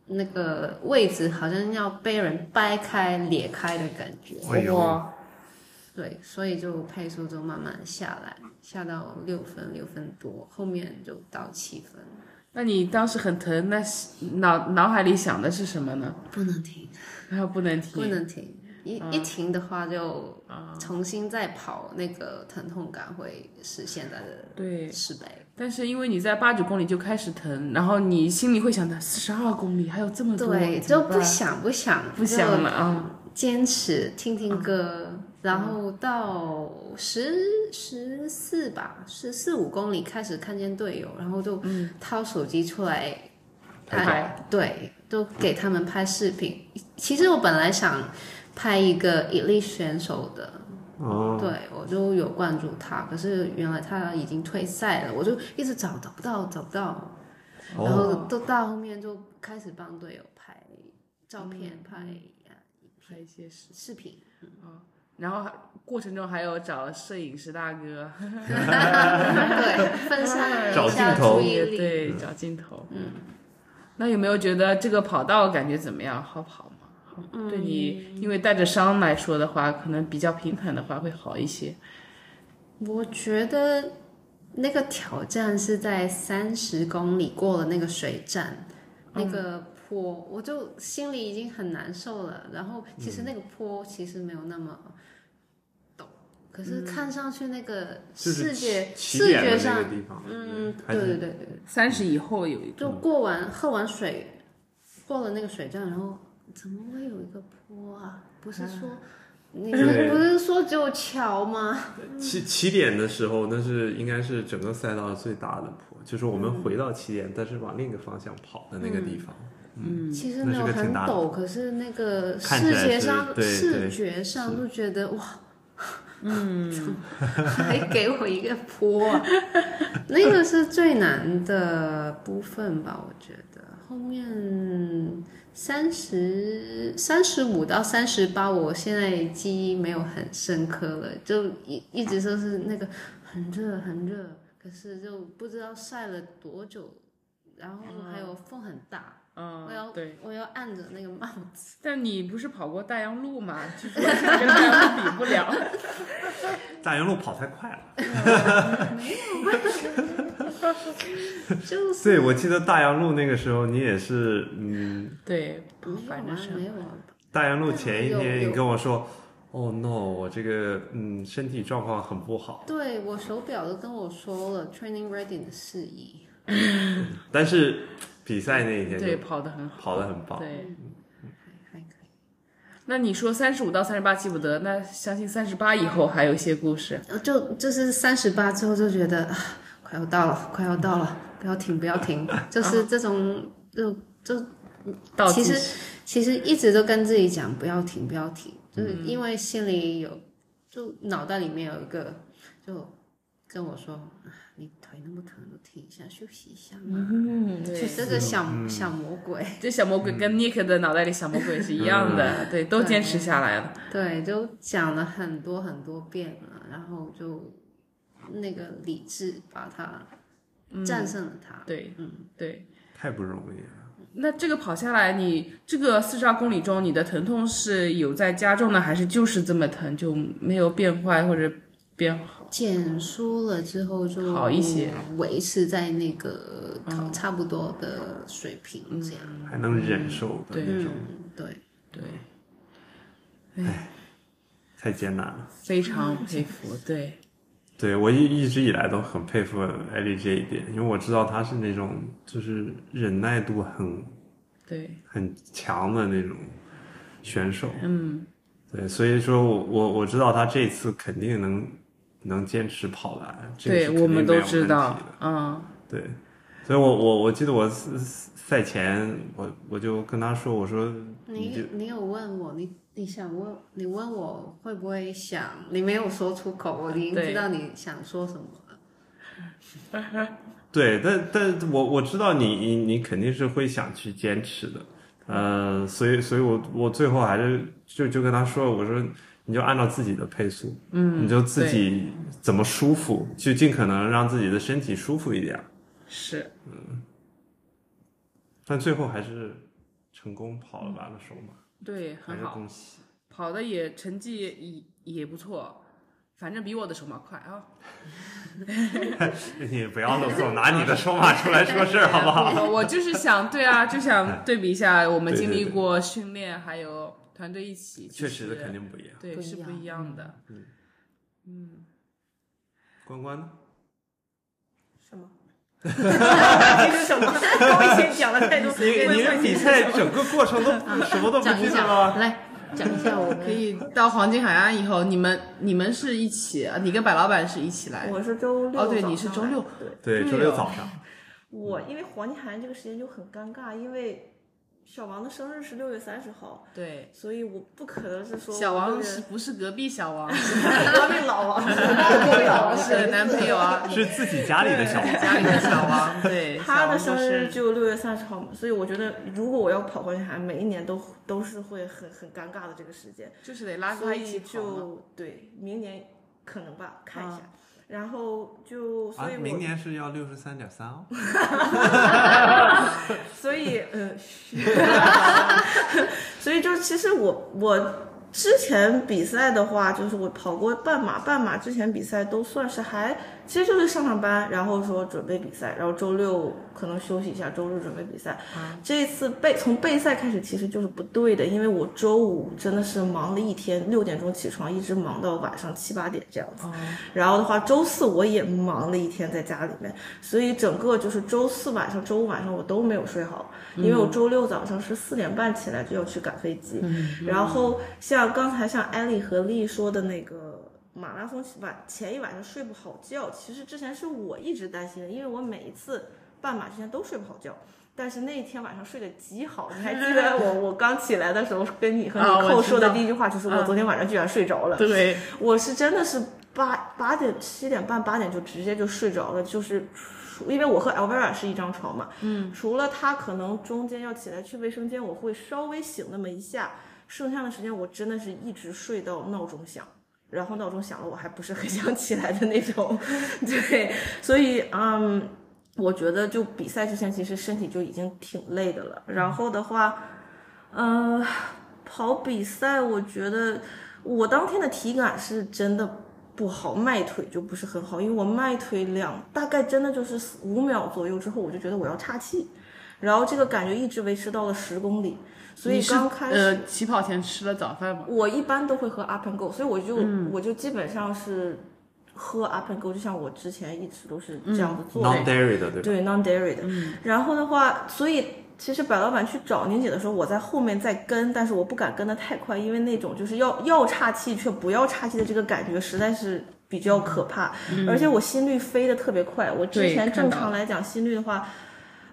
那个位置好像要被人掰开、裂开的感觉，
哎呦
哇，
对，所以就配速就慢慢下来，下到六分、六分多，后面就到七分，
那你当时很疼，那脑脑海里想的是什么呢？
不能停，
然后不能停，啊
不能停，一、一停的话就重新再跑，那个疼痛感会是现在的
对，
十倍。
但是因为你在八九公里就开始疼，然后你心里会想到四十二公里还有这么多，
对，
怎
就
么办
不想不想
不想啊了，啊，
就坚持听听歌，然后到十十四吧，十四五公里开始看见队友，然后就
嗯
掏手机出来
拍照
拍
对，都给他们拍视频。其实我本来想拍一个毅力选手的，
哦，
对我就有关注他，可是原来他已经退赛了，我就一直找找不到，找不到，然
哦，
后都到后面就开始帮队友拍照片、拍啊
拍一些事，
视频。
然后过程中还有找摄影师大哥，
对，分散
找
一
镜
下
头
注意力。
对，找镜头，嗯。那有没有觉得这个跑道感觉怎么样？好跑吗？好
嗯
对你，因为带着伤来说的话，可能比较平坦的话会好一些。
我觉得那个挑战是在三十公里过了那个水站，那个
嗯
坡，我就心里已经很难受了。然后其实那个坡其实没有那么陡，可是看上去那个
嗯就是
视觉、
起
视
点的
觉
那
上
个，地方，
嗯，
还
对
是嗯
对对对。
三十以后有一个
就过完喝完水，过了那个水站，然后怎么会有一个坡啊？不是说、你
对
不是说只有桥吗？
起起点的时候，那是应该是整个赛道最大的坡，就是我们回到起
嗯
点，但是往另一个方向跑的那个地方。
其实
那
没
是
有
个挺
很
大的
陡，可是那个
看起
视
来
觉
是
上、
对对
视觉上就觉得哇，嗯， 还给我一个坡、啊，那个是最难的部分吧？我觉得后面。三十三十五到三十八，我现在记忆没有很深刻了，就一一直都是那个很热很热，可是就不知道晒了多久，然后还有风很大，
嗯
我要，
对，
我要按着那个帽 子，
但你不是跑过大洋路吗？ 据说是跟大洋路比不了。
大洋路跑太快了，
就是
对我记得大洋路那个时候你也是，嗯，
对，
没
反
有
正
啊
是
没有啊，
大洋路前一
有
天
有
你跟我说，哦 no，我这个嗯身体状况很不好，
对我手表都跟我说了 training ready 的事宜，
但是比赛那一天
对
就
跑得很好。
跑得很棒，
对，
还还可以，
那你说三十五到三十八记不得，那相信三十八以后还有一些故事。
呃就就是三十八之后就觉得啊，快要到了，快要到了，不要停不要 停，就是这种就
到
其
计
实
时
其实一直都跟自
嗯
己讲不要停，不要停，就是因为心里有，就脑袋里面有一个就跟我说啊，你腿那么疼，都停一下休息一下嘛。
嗯，
就
对，
这个小、小魔鬼，
这小魔鬼跟 Nick 的脑袋里小魔鬼是一样的，对，都坚持下来了。
对，就讲了很多很多遍了，然后就那个理智把他
嗯
战胜了他。
对，
嗯，
对。
太不容易了。
那这个跑下来，你这个四十二公里中，你的疼痛是有在加重呢，还是就是这么疼，就没有变坏或者变好？
减速了之后就
好一些，嗯
维持在那个差不多的水平这样。
还能忍受的那种，
嗯，对，
对，
太艰难了。
非常佩服。对，
对我一一直以来都很佩服艾丽这一点，因为我知道她是那种就是忍耐度很
对，
很强的那种选手。
嗯，
对，所以说我我我知道他这次肯定能能坚持跑完，这个
对，
是肯定
我们
没
都
有
知
问
道
题的。
嗯，
对，所以我我我记得我赛赛前我我就跟他说，我说
嗯
你就
你你有问我，你你想问，你问我会不会想，你没有说出口，我已经
对
知道你想说什么了。
对，但但我我知道你你你肯定是会想去坚持的，呃，所以所以我我最后还是就就跟他说，我说你就按照自己的配速，嗯，你就自己怎么舒服，就尽可能让自己的身体舒服一点。
是
但最后还是成功跑了完了首马，
对，
还
很
是
好，
恭喜。
跑的也成绩也也不错，反正比我的手马快啊。
哎你不要总拿你的首马出来说事儿，好不好？
我我就是想，对啊，就想对比一下我们
对对
经历
对
过训练，还有团队一起，
确实肯定不一样。
对
不一
是不
样
一样的。
嗯
关关呢？
什么？这是什么？我以前讲了太多，
你你的比赛整个过 程都什么都不
讲
记
一
得
嗯讲
啊
了，
来讲一下我
可
们
以到黄金海岸以后，你们你们是一起，你跟白老板是一起来，
我是周六
哦对
早
你是
上
周
来
六
的对。
对，周六早上，
我因为黄金海岸这个时间就很尴尬，因为小王的生日是六月三十号，
对。
所以我不可能是说
小王是
是
不是隔壁小 王？
隔壁老 王，隔壁老
老
王
是男朋友 啊，
是自己家里的小王。
家里的小 王，对，
他的
小
生
王过
日就六月三十号嘛，所以我觉得如果我要跑黄金海岸，每一年都都是会很很尴尬的这个时间，
就是得拉着
所
他一起
以
跑嘛
就对明年可能吧，看一下。
嗯
然后就，所
啊
以我、，
明年是要六十三点三 哦。
所以，呃， 所以就是其实我我之前比赛的话，就是我跑过半马，半马之前比赛都算是还，其实就是上上班，然后说准备比赛，然后周六可能休息一下，周日准备比赛。这一次备从备赛开始其实就是不对的，因为我周五真的是忙了一天，六点钟起床，一直忙到晚上七八点这样子。然后的话，周四我也忙了一天在家里面，所以整个就是周四晚上、周五晚上我都没有睡好，因
嗯
为我周六早上是四点半起来就要去赶飞机。
嗯
然后像刚才像艾丽和丽说的那个。马拉松晚前一晚上睡不好觉，其实之前是我一直担心的，因为我每一次半马之前都睡不好觉，但是那一天晚上睡得极好。你还记 得我我刚起来的时候跟你和
啊
你
我
扣
知
说的
道嗯
第一句话就是我昨天晚上居然睡着了。
对，
我是真的是八八点七点半八点就直接就睡着了，就是除因为我和 Elvira 是一张床嘛，嗯，除了他可能中间要起来去卫生间，我会稍微醒那么一下，剩下的时间我真的是一直睡到闹钟响。然后闹钟响了，我还不是很想起来的那种， 对，所以嗯，我觉得就比赛之前其实身体就已经挺累的了，然后的话，呃，跑比赛我觉得我当天的体感是真的不好，迈腿就不是很好，因为我迈腿两大概真的就是四五秒左右之后，我就觉得我要岔气，然后这个感觉一直维持到了十公里，所以
你是
刚开始
呃起跑前吃了早饭吗？
我一般都会喝 Up and Go，所以我就、我就基本上是喝 Up and Go，就像我之前一直都是这样子做的。
Non dairy 的对吧？
对 non dairy 的。
嗯
然后的话，所以其实白老板去找宁姐的时候，我在后面在跟，但是我不敢跟的太快，因为那种就是要要岔气却不要岔气的这个感觉实在是。比较可怕，而且我心率飞得特别快。我之
嗯对
前
看
正
到
常
了
来讲心率的话，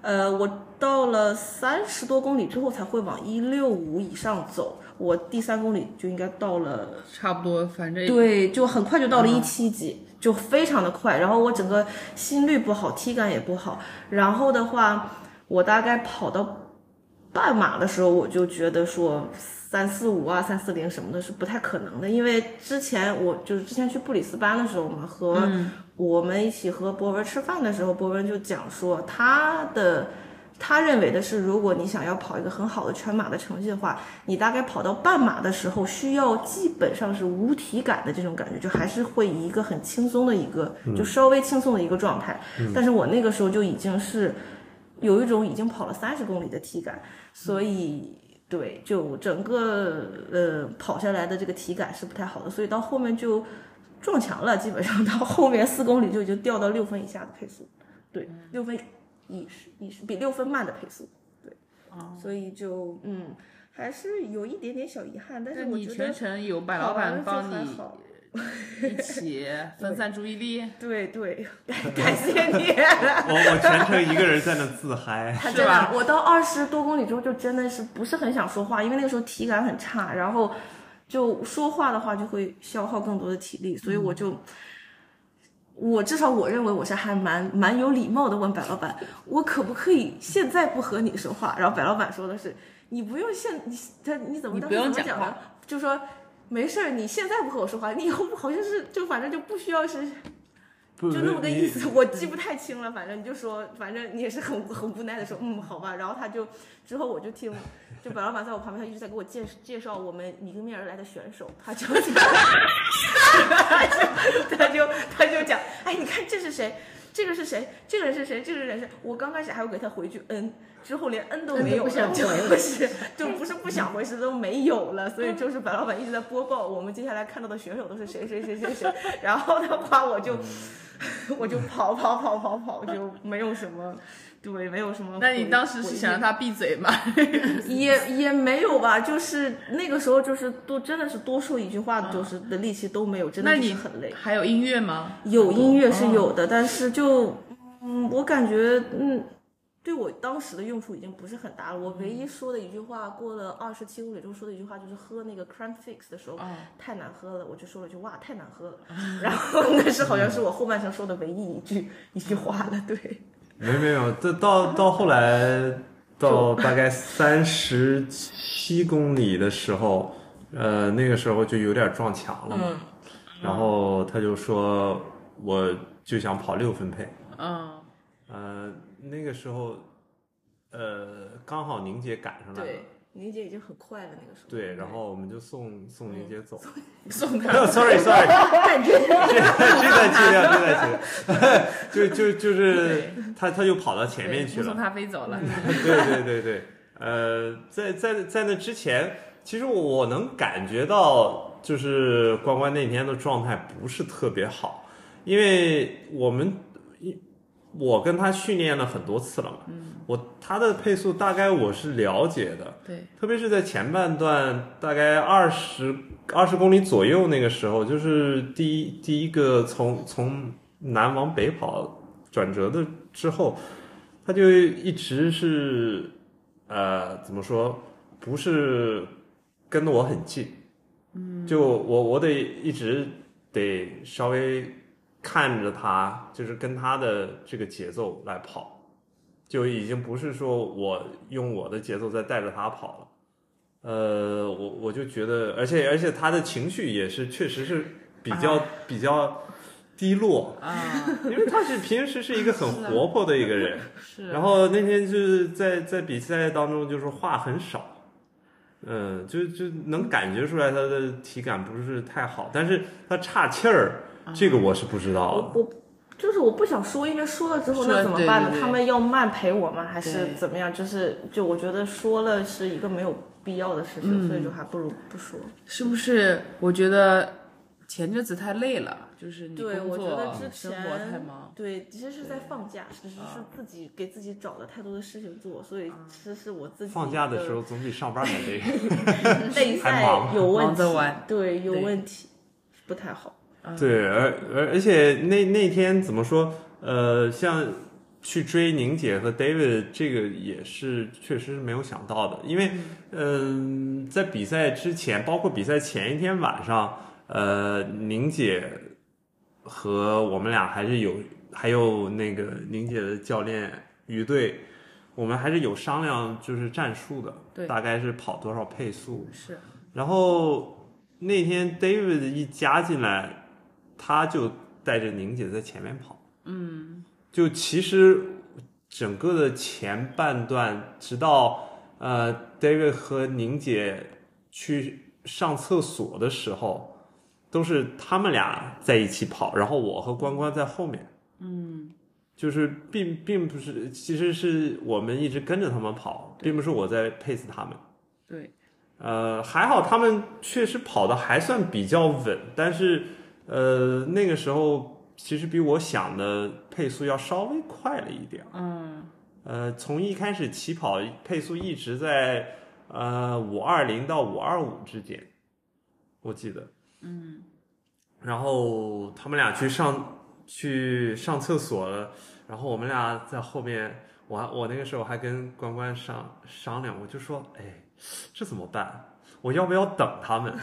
呃，我到了三十多公里之后才会往一六五以上走。我第三公里就应该到了。
差不多，反正
对，就很快就到了一七级，就非常的快。然后我整个心率不好，体感也不好。然后的话，我大概跑到半马的时候，我就觉得说三四五啊、三四零什么的是不太可能的，因为之前我就是之前去布里斯班的时候嘛，和我们一起和博文吃饭的时候，博文就讲说他的。他认为的是，如果你想要跑一个很好的全马的成绩的话，你大概跑到半马的时候，需要基本上是无体感的这种感觉，就还是会以一个很轻松的一个，就稍微轻松的一个状态。
嗯
但是我那个时候就已经是有一种已经跑了三十公里的体感，所以对，就整个呃跑下来的这个体感是不太好的，所以到后面就撞墙了，基本上到后面四公里就已经掉到六分以下的配速，对，
嗯
六分以以比六分慢的配速，对，
哦
所以就嗯，还是有一点点小遗憾，但
那
是我
你
觉得
全程有白老
跑完了
板
就
帮
还
你
好，
一 起分散注意力，
对对，感谢你。
我我全程一个人在那自嗨，
他
是
真的
吧，
我到二十多公里之后就真的是不是很想说话，因为那个时候体感很差，然后就说话的话就会消耗更多的体力，所以
嗯
我就。我至少我认为我是还蛮蛮有礼貌的，问白老板，我可不可以现在不和你说话？然后白老板说的是，你不用现你他你怎么
你
当
不
时
用
怎
讲
么讲
话
的？就说没事儿，你现在不和我说话，你以后好像是就反正就不需要是
不
就那么个
你
意思，我记不太清了。反正你就说，反正你也是很很无奈的说，嗯，好吧。然后他就之后我就听，就白老板在我旁边，他一直在给我介介绍我们迎面而来的选手，他就 他就他就讲，哎，你看这是谁？这个是谁？这个人是谁？这个人是……我刚开始还会给他回句“嗯”，之后连“嗯”都没有了，
嗯
就
都不想 回
不是就不是不想回，是都没 有了。所以就是白老板一直在播报我们接下来看到的选手都是谁谁谁谁谁。 然后的话，我
嗯
就 我就跑跑跑跑跑，就没有什么。对，没有什么回。
那你当时是想让
回应
他闭嘴吗？
也也没有吧，就是那个时候就是多真的是多说一句话就是的力气都没有，真的
那
就是
你
很累。
还有音乐吗？
有音乐是有的，但是就，嗯，我感觉，嗯，对我当时的用处已经不是很大了。我唯一说的一句话，过了二十七公里之后说的一句话，就是喝那个 Cran Fix 的时候、
哦
太难喝了，我就说了一句哇太难喝了， 然后那是好像是我后半生说的唯一一句一句话了，对。
没有没有，到到到后来到大概三十七公里的时候，呃，那个时候就有点撞墙
嗯
了嘛，然后他就说我就想跑六分配，
嗯，
呃，那个时候，呃，刚好宁姐赶上来了
对。，宁姐已经很快了那个时候。
对， 然后我们就送送宁姐走。
嗯 送
没有
他。
，sorry sorry，这这段尽量，这段尽 量，就就就是他他就跑到前面去
目
了
送。他飞走了，嗯
对对对对，呃，在在在那之前，其实我能感觉到，就是关关那天的状态不是特别好，因为我们一我跟他训练了很多次了嘛，
嗯
我他的配速大概我是了解的，
对，
特别是在前半段，大概二十二十公里左右那个时候，就是第一第一个从从南往北跑转折的之后，他就一直是呃怎么说，不是跟得我很近，嗯，就我我得一直得稍微看着他，就是跟他的这个节奏来跑。就已经不是说我用我的节奏在带着他跑了。呃，我我就觉得，而且而且他的情绪也是确实是比较、比较低落，
啊，
因为他是平时是一个很
是啊
活泼的一个人，
是。
然后那天就是在在比赛当中就是话很少，嗯，就就能感觉出来他的体感不是太好，但是他岔气儿，这
啊
个我是不知道的
我。我就是我不想说，因为说了之后
说
那怎么办呢？
对对对
他们要慢陪我吗？还是
对
怎么样？就是就我觉得说了是一个没有必要的事情，
嗯
所以就还不如不说。
是不是？我觉得前阵子太累了，就是你
对
工
我觉
作
得之
生
前
活太忙，
对，其实是在放假，只是是
啊
自己给自己找了太多的事情做，所以这是我自己
放假的
一
时
个
候总比上班还累。
内
还
在
忙
有问
忙
题
着玩，
对有
对
问题，不太好。
对，而而而且那那天怎么说？呃，像去追宁姐和 David，这个也是确实是没有想到的，因为嗯、在比赛之前，包括比赛前一天晚上，呃，宁姐和我们俩还是有，还有那个宁姐的教练于队，我们还是有商量就是战术的，
对
大概是跑多少配速，
是
然后那天 David 一加进来，他就带着宁姐在前面跑。嗯，就其实整个的前半段，直到呃 David 和宁姐去上厕所的时候，都是他们俩在一起跑，然后我和关关在后面。
嗯，
就是并并不是，其实是我们一直跟着他们跑，并不是我在 pace 他们。
对，
呃，还好他们确实跑的还算比较稳，但是呃那个时候其实比我想的配速要稍微快了一点儿。
嗯，
呃，从一开始起跑配速一直在呃五二零到五二五之间，我记得。嗯。然后他们俩去上去上厕所了，然后我们俩在后面，我还我那个时候还跟关关商商量，我就说，哎，这怎么办？我要不要等他们？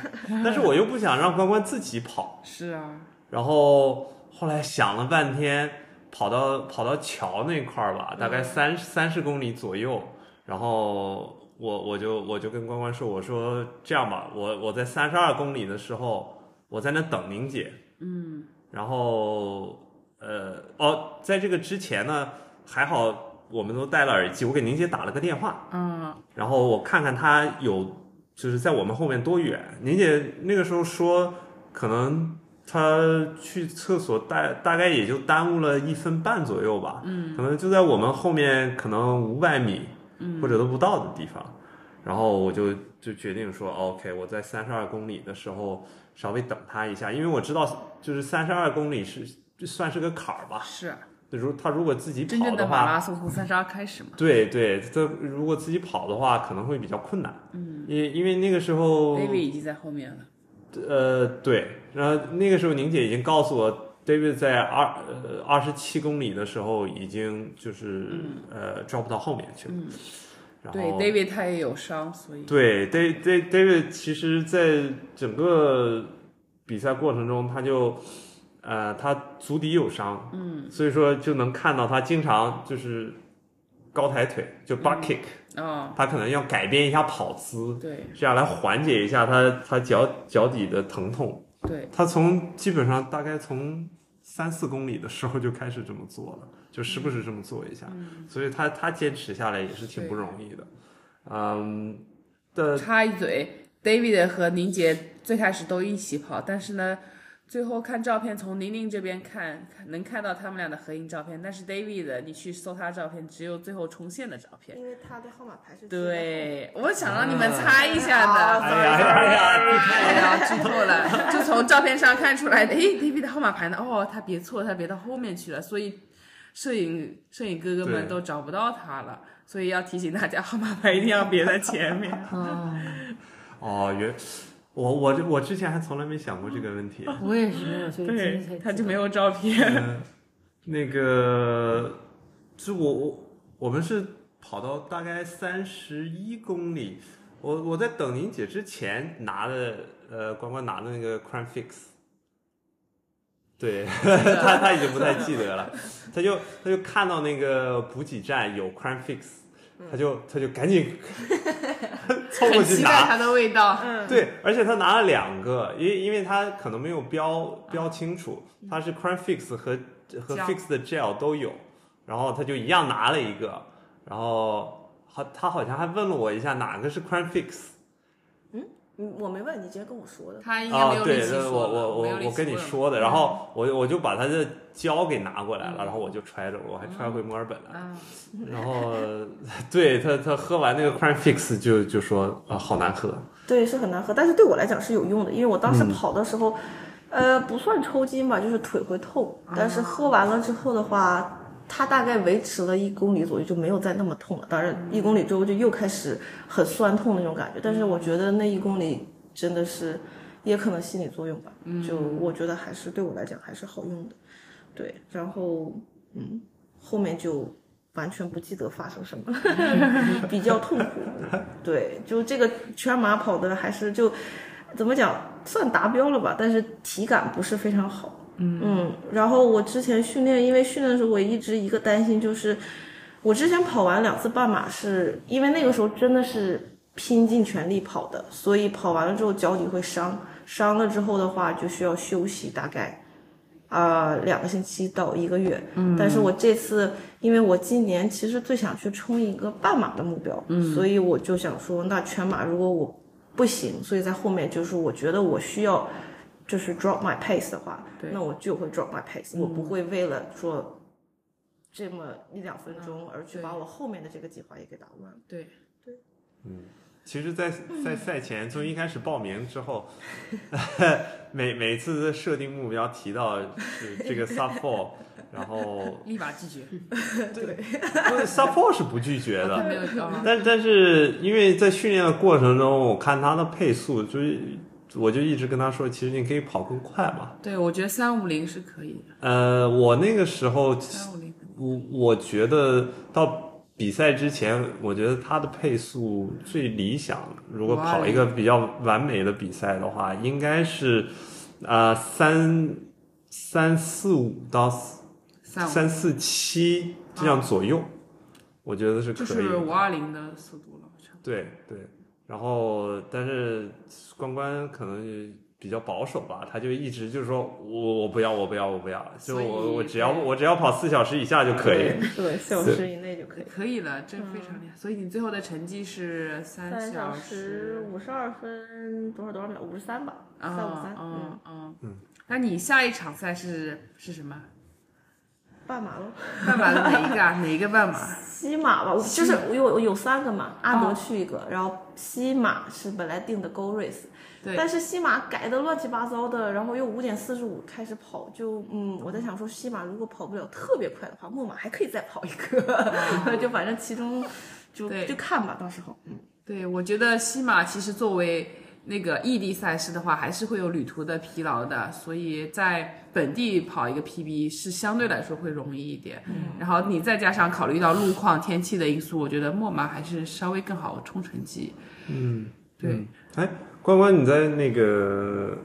但是我又不想让关关自己跑，
是啊，
然后后来想了半天，跑到跑到桥那块儿吧，大概三三十公里左右。然后我我就我就跟关关说，我说这样吧，我我在三十二公里的时候，我在那等宁姐。
嗯，
然后呃哦，在这个之前呢，还好我们都戴了耳机，我给宁姐打了个电话。
嗯，
然后我看看他有就是在我们后面多远。宁姐那个时候说，可能她去厕所大大概也就耽误了一分半左右吧，嗯，可能就在我们后面可能五百米，嗯，或者都不到的地方。然后我就就决定说，OK，我在三十二公里的时候稍微等他一下，因为我知道就是三十二公里是就算是个坎儿吧。
是
如他如果自己
真
啊跑
正的
的
马
话，
拉松从三十二开始嘛，
对对，这如果自己跑的话，可能会比较困难。嗯，因因为那个时候
David 已经在后面了，
呃，对，然后那个时候宁姐已经告诉我，David 在二呃二十七公里的时候已经就是、呃抓不到后面去了。然
嗯对
后
，David 他也有伤，所以
对，Da- Da- David 其实在整个比赛过程中，他就呃他足底有伤，嗯，所以说就能看到他经常就是高抬腿，就 butt kick，、
哦，
他可能要改变一下跑姿，
对
这样来缓解一下他他脚脚底的疼痛。
对，
他从基本上大概从三四公里的时候就开始这么做了，就时不时这么做一下，所以他他坚持下来也是挺不容易的。嗯，的
插一嘴，David 和宁姐最开始都一起跑，但是呢，最后看照片，从宁宁这边看，看能看到他们俩的合影照片，但是 David 你去搜他照片，只有最后重现的照片。
因为他的号哦码牌是
对，我想让你们猜一下
啊
的。
嗯哎呀哎呀，你看
哎呀，剧透了，就从照片上看出来的。哎，David 的号码牌呢？哦，他别错，他别到后面去了，所以摄影摄影哥哥们
对
都找不到他了。所以要提醒大家，号码牌一定要别在前 面。
嗯
哦，原我我这我之前还从来没想过这个问题。
我也是没有，所以今天才
对，他就没
有。
有照 片。
嗯， 那个，是我我我们是跑到大概三十一公里，我我在等您姐之前拿的，呃，关关拿的那个 Crime Fix，对 他他已经不太记得了，他就他就看到那个补给站有 Crime Fix，他就他就赶紧 凑过
很
去
期
拿，
待它的味道。
对，而且他拿了两个，因因为他可能没有标标清楚，
嗯
他是 Crime Fix 和和
Gel
Fix 的 Gel 都有，然后他就一样拿了一个，然后好他好像还问了我一下哪个是 Crime Fix，
嗯，我没问你，直接跟我说的。
他应该
啊
没，哎有力
对，
气
那
说
我
了
我
没有
我
力
我
气
跟你
问了嗯
说的，然后我我就把他的胶给拿过来了，然后我就揣着，我还揣回墨尔本 来了。
啊，
然后 对他他喝完那个 Crime Fix 就就说啊好难喝，
对，是很难喝，但是对我来讲是有用的，因为我当时跑的时候，呃，不算抽筋吧，就是腿会痛，但是喝完了之后的话。它大概维持了一公里左右，就没有再那么痛了。当然，一公里之后就又开始很酸痛那种感觉。但是我觉得那一公里真的是，也可能心理作用吧。就我觉得还是对我来讲还是好用的。对，然后嗯，后面就完全不记得发生什么了，比较痛苦。对，就这个全马跑的还是就怎么讲，算达标了吧，但是体感不是非常好。嗯然后我之前训练，因为训练的时候我一直一个担心就是，我之前跑完两次半马是因为那个时候真的是拼尽全力跑的，所以跑完了之后脚底会伤，伤了之后的话就需要休息大概啊、两个星期到一个月。嗯，但是我这次因为我今年其实最想去冲一个半马的目标，嗯，所以我就想说，那全马如果我不行，所以在后面就是我觉得我需要就是 drop my pace 的话，那我就会 drop my pace，、我不会为了说。这么一两分钟，而去把我后面的这个计划也给打乱了。
对，
其实在，在赛前，从一开始报名之后，每每次设定目标提到是这个 sub four，然后
立马拒绝，
不是 sub four 是不拒绝的，
没有啊，
但但是因为在训练的过程中，我看他的配速，就是我就一直跟他说，其实你可以跑更快嘛。
对我觉得三五零是可以的，
呃，我那个时候，
三五零
我我觉得到比赛之前，我觉得他的配速最理想，如果跑一个比较完美的比赛的话，应该是啊三三四五到
三五
三四七这样左右，我觉得是
就
可以的。
是五二零的速度了，差不
对对，然后但是关关可能也比较保守吧，他就一直就说我我不要我不要我不要，就
所以
我我只要
对
我只要跑四小时以下就可以。
对，四小时以内就可以
多。。可以了，这非常厉害。所以你最后的成绩是三
嗯三小时
时
五十二分多少多少秒？五十三吧，
啊
三五三，嗯，
啊啊！那你下一场赛是是什么？
半马喽，
半马的哪一个啊？ 哪一个半马？
西马吧，我就是我有我有三个嘛，阿德去一个，然后西马是本来定的 Go Race，
对
但是西马改的乱七八糟的，然后又五点四十五开始跑，就嗯，我在想说西马如果跑不了特别快的话，木马还可以再跑一个， 就反正其中就
对
就看吧，到时候，嗯，
对，我觉得西马其实作为那个异地赛事的话，还是会有旅途的疲劳的，所以在本地跑一个 PB 是相对来说会容易一点。
嗯
然后你再加上考虑到路况、天气的因素，我觉得墨马还是稍微更好冲成绩。
嗯，哎，关关你在那个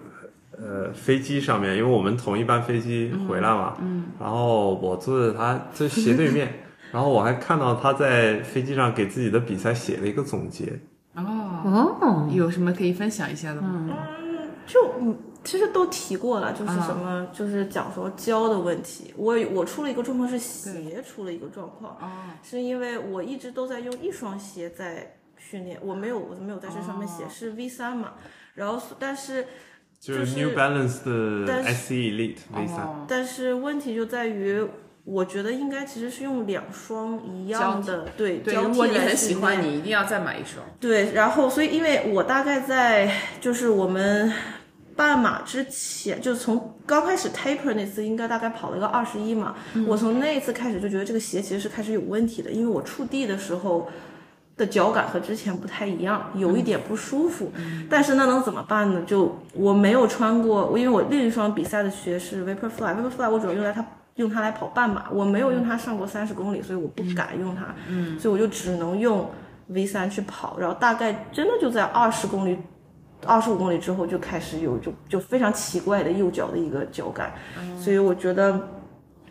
呃飞机上面，因为我们同一班飞机回来嘛，嗯，然后我坐在他这斜对面。 然后我还看到他在飞机上给自己的比赛写了一个总结，
哦，
哦，
有什么可以分享一下的吗？
就嗯，其实都提过了，就是
啊
什么，就是讲说胶的问题。我我出了一个状况是鞋出了一个状况，
哦，
是因为我一直都在用一双鞋在训练，我没有我没有在这上面写、
哦
是 V 三嘛，然后但是
就
就是是
New Balance 的
但是
SE Elite V 三、
哦
但是问题就在于。我觉得应该其实是用两双一样的，对，
对，
交替
如果你
来
很
训
喜欢，
练
你一定要再买一双。
对，然后所以因为我大概在就是我们半马之前，就是从刚开始 taper 那次，应该大概跑了个二十一嘛。我从那一次开始就觉得这个鞋其实是开始有问题的，因为我触地的时候的脚感和之前不太一样，有一点不舒服。但是那能怎么办呢？就我没有穿过，我因为我另一双比赛的鞋是 Vaporfly，Vaporfly 我主要用来它。用它来跑半马，我没有用它上过三十公里，所以我不敢用它，嗯、所以我就只能用 V 三去跑，然后大概真的就在二十公里、二十五公里之后就开始有就就非常奇怪的右脚的一个脚感，所以我觉得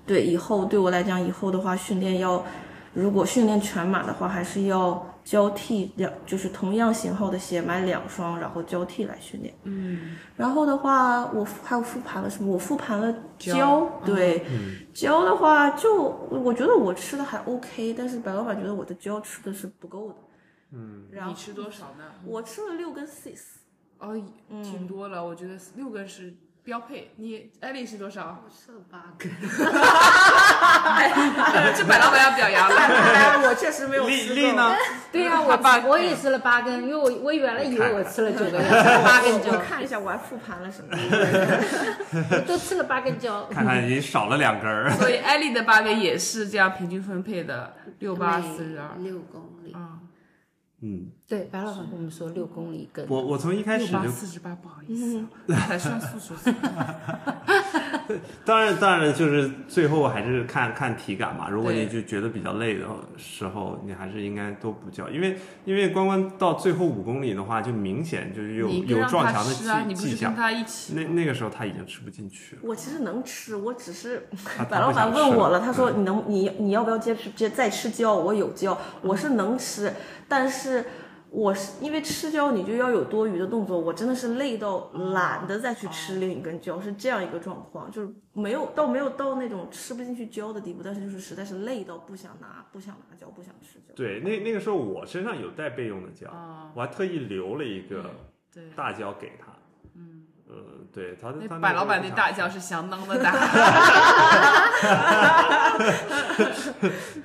对以后对我来讲，以后的话训练要如果训练全马的话，还是要交替两就是同样型号的鞋买两双，然后交替来训练。嗯，然后的话我复还有复盘了什么？我复盘了
胶
胶，对，胶的话就我觉得我吃的还 OK，但是白老板觉得我的胶吃的是不够的。嗯，然后
你吃多少呢？
我吃了六根 six，
哦，挺多了，我觉得六根是标配。你艾丽是多少？
吃了八个，
哎这白老板要表扬 了。
哎，我确实没有
丽
吃
丽
够。
呢？
对呀、
好吧
我我也吃了八根，因为我我原来以为我吃了九根，八根
我
胶，
看一下我还复盘了什么。
都吃了八根胶。
看看你少了两根儿。
所以艾丽的八根也是这样平均分配的，六八四十二。
六公里，
啊，
嗯，
对，白老板跟我们说六公里一根，
我我从一开
六嗯
始
八
就
四十八，不好意思啊，才算数学。
当然，当然就是最后还是看看体感嘛。如果你
对
就觉得比较累的时候，你还是应该多补觉，因为因为关关到最后五公里的话，就明显就是有
你不
有
让
撞
他
墙的
吃啊，
迹
你不
迹
是跟
象。
他一起？
那那个时候他已经吃不 进去了，
我其实能吃，我只是
啊他
白
他
老
不
板
想吃嗯
问我了，他说你能你你要不要接接再吃胶？我有胶，我是能吃，但是我是因为吃胶你就要有多余的动作，我真的是累到懒得再去吃另一根胶，是这样一个状况，就是没有到没有到那种吃不进去胶的地步，但是就是实在是累到不想拿不想拿胶不想吃胶。
对，那那个时候我身上有带备用的胶，
啊，
我还特意留了一个
对，
大胶给他。嗯，呃，对他他
那
个
白
时
老
候
板
不
那
想
大
吃
脚是相当的大，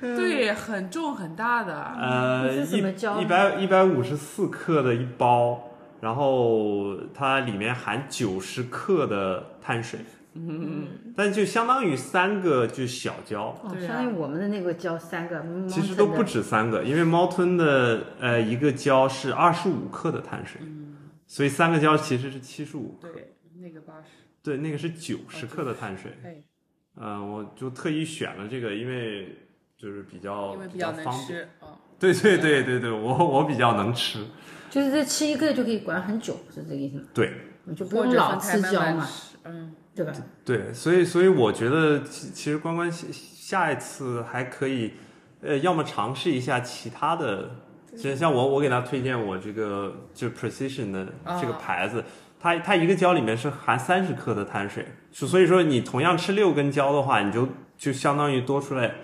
对，很重很大的，
呃，
你是怎么教
一
的
一百一百五十四克的一包，然后它里面含九十克的碳水，
嗯，
但就相当于三个就小胶，
哦
对啊
相当于我们的那个胶三个，嗯
其实都不。止三个，因为猫吞的呃一个胶是二十五克的碳水，所以三个胶其实是七十五，
对，那个八十，
对，那个是九十克的碳水。
哎，
嗯，我就特意选了这个，因为就是哦比较
因为比
较
较能
方便。
吃，嗯，
对对对对对，我我比较能吃。
就是这吃一个就可以管很久，是这个意思吗？
对，
你就不
或
用
者
老
分开
吃
慢
胶
慢
嘛，
吃，嗯，
对吧？
对，所以所以我觉得其其实关关下下一次还可以，呃，要么尝试一下其他的，就像我我给他推荐我这个就 Precision 的这个
啊
牌子，它它一个胶里面是含三十克的碳水，所所以说你同样吃六根胶的话，你就就相当于多出来，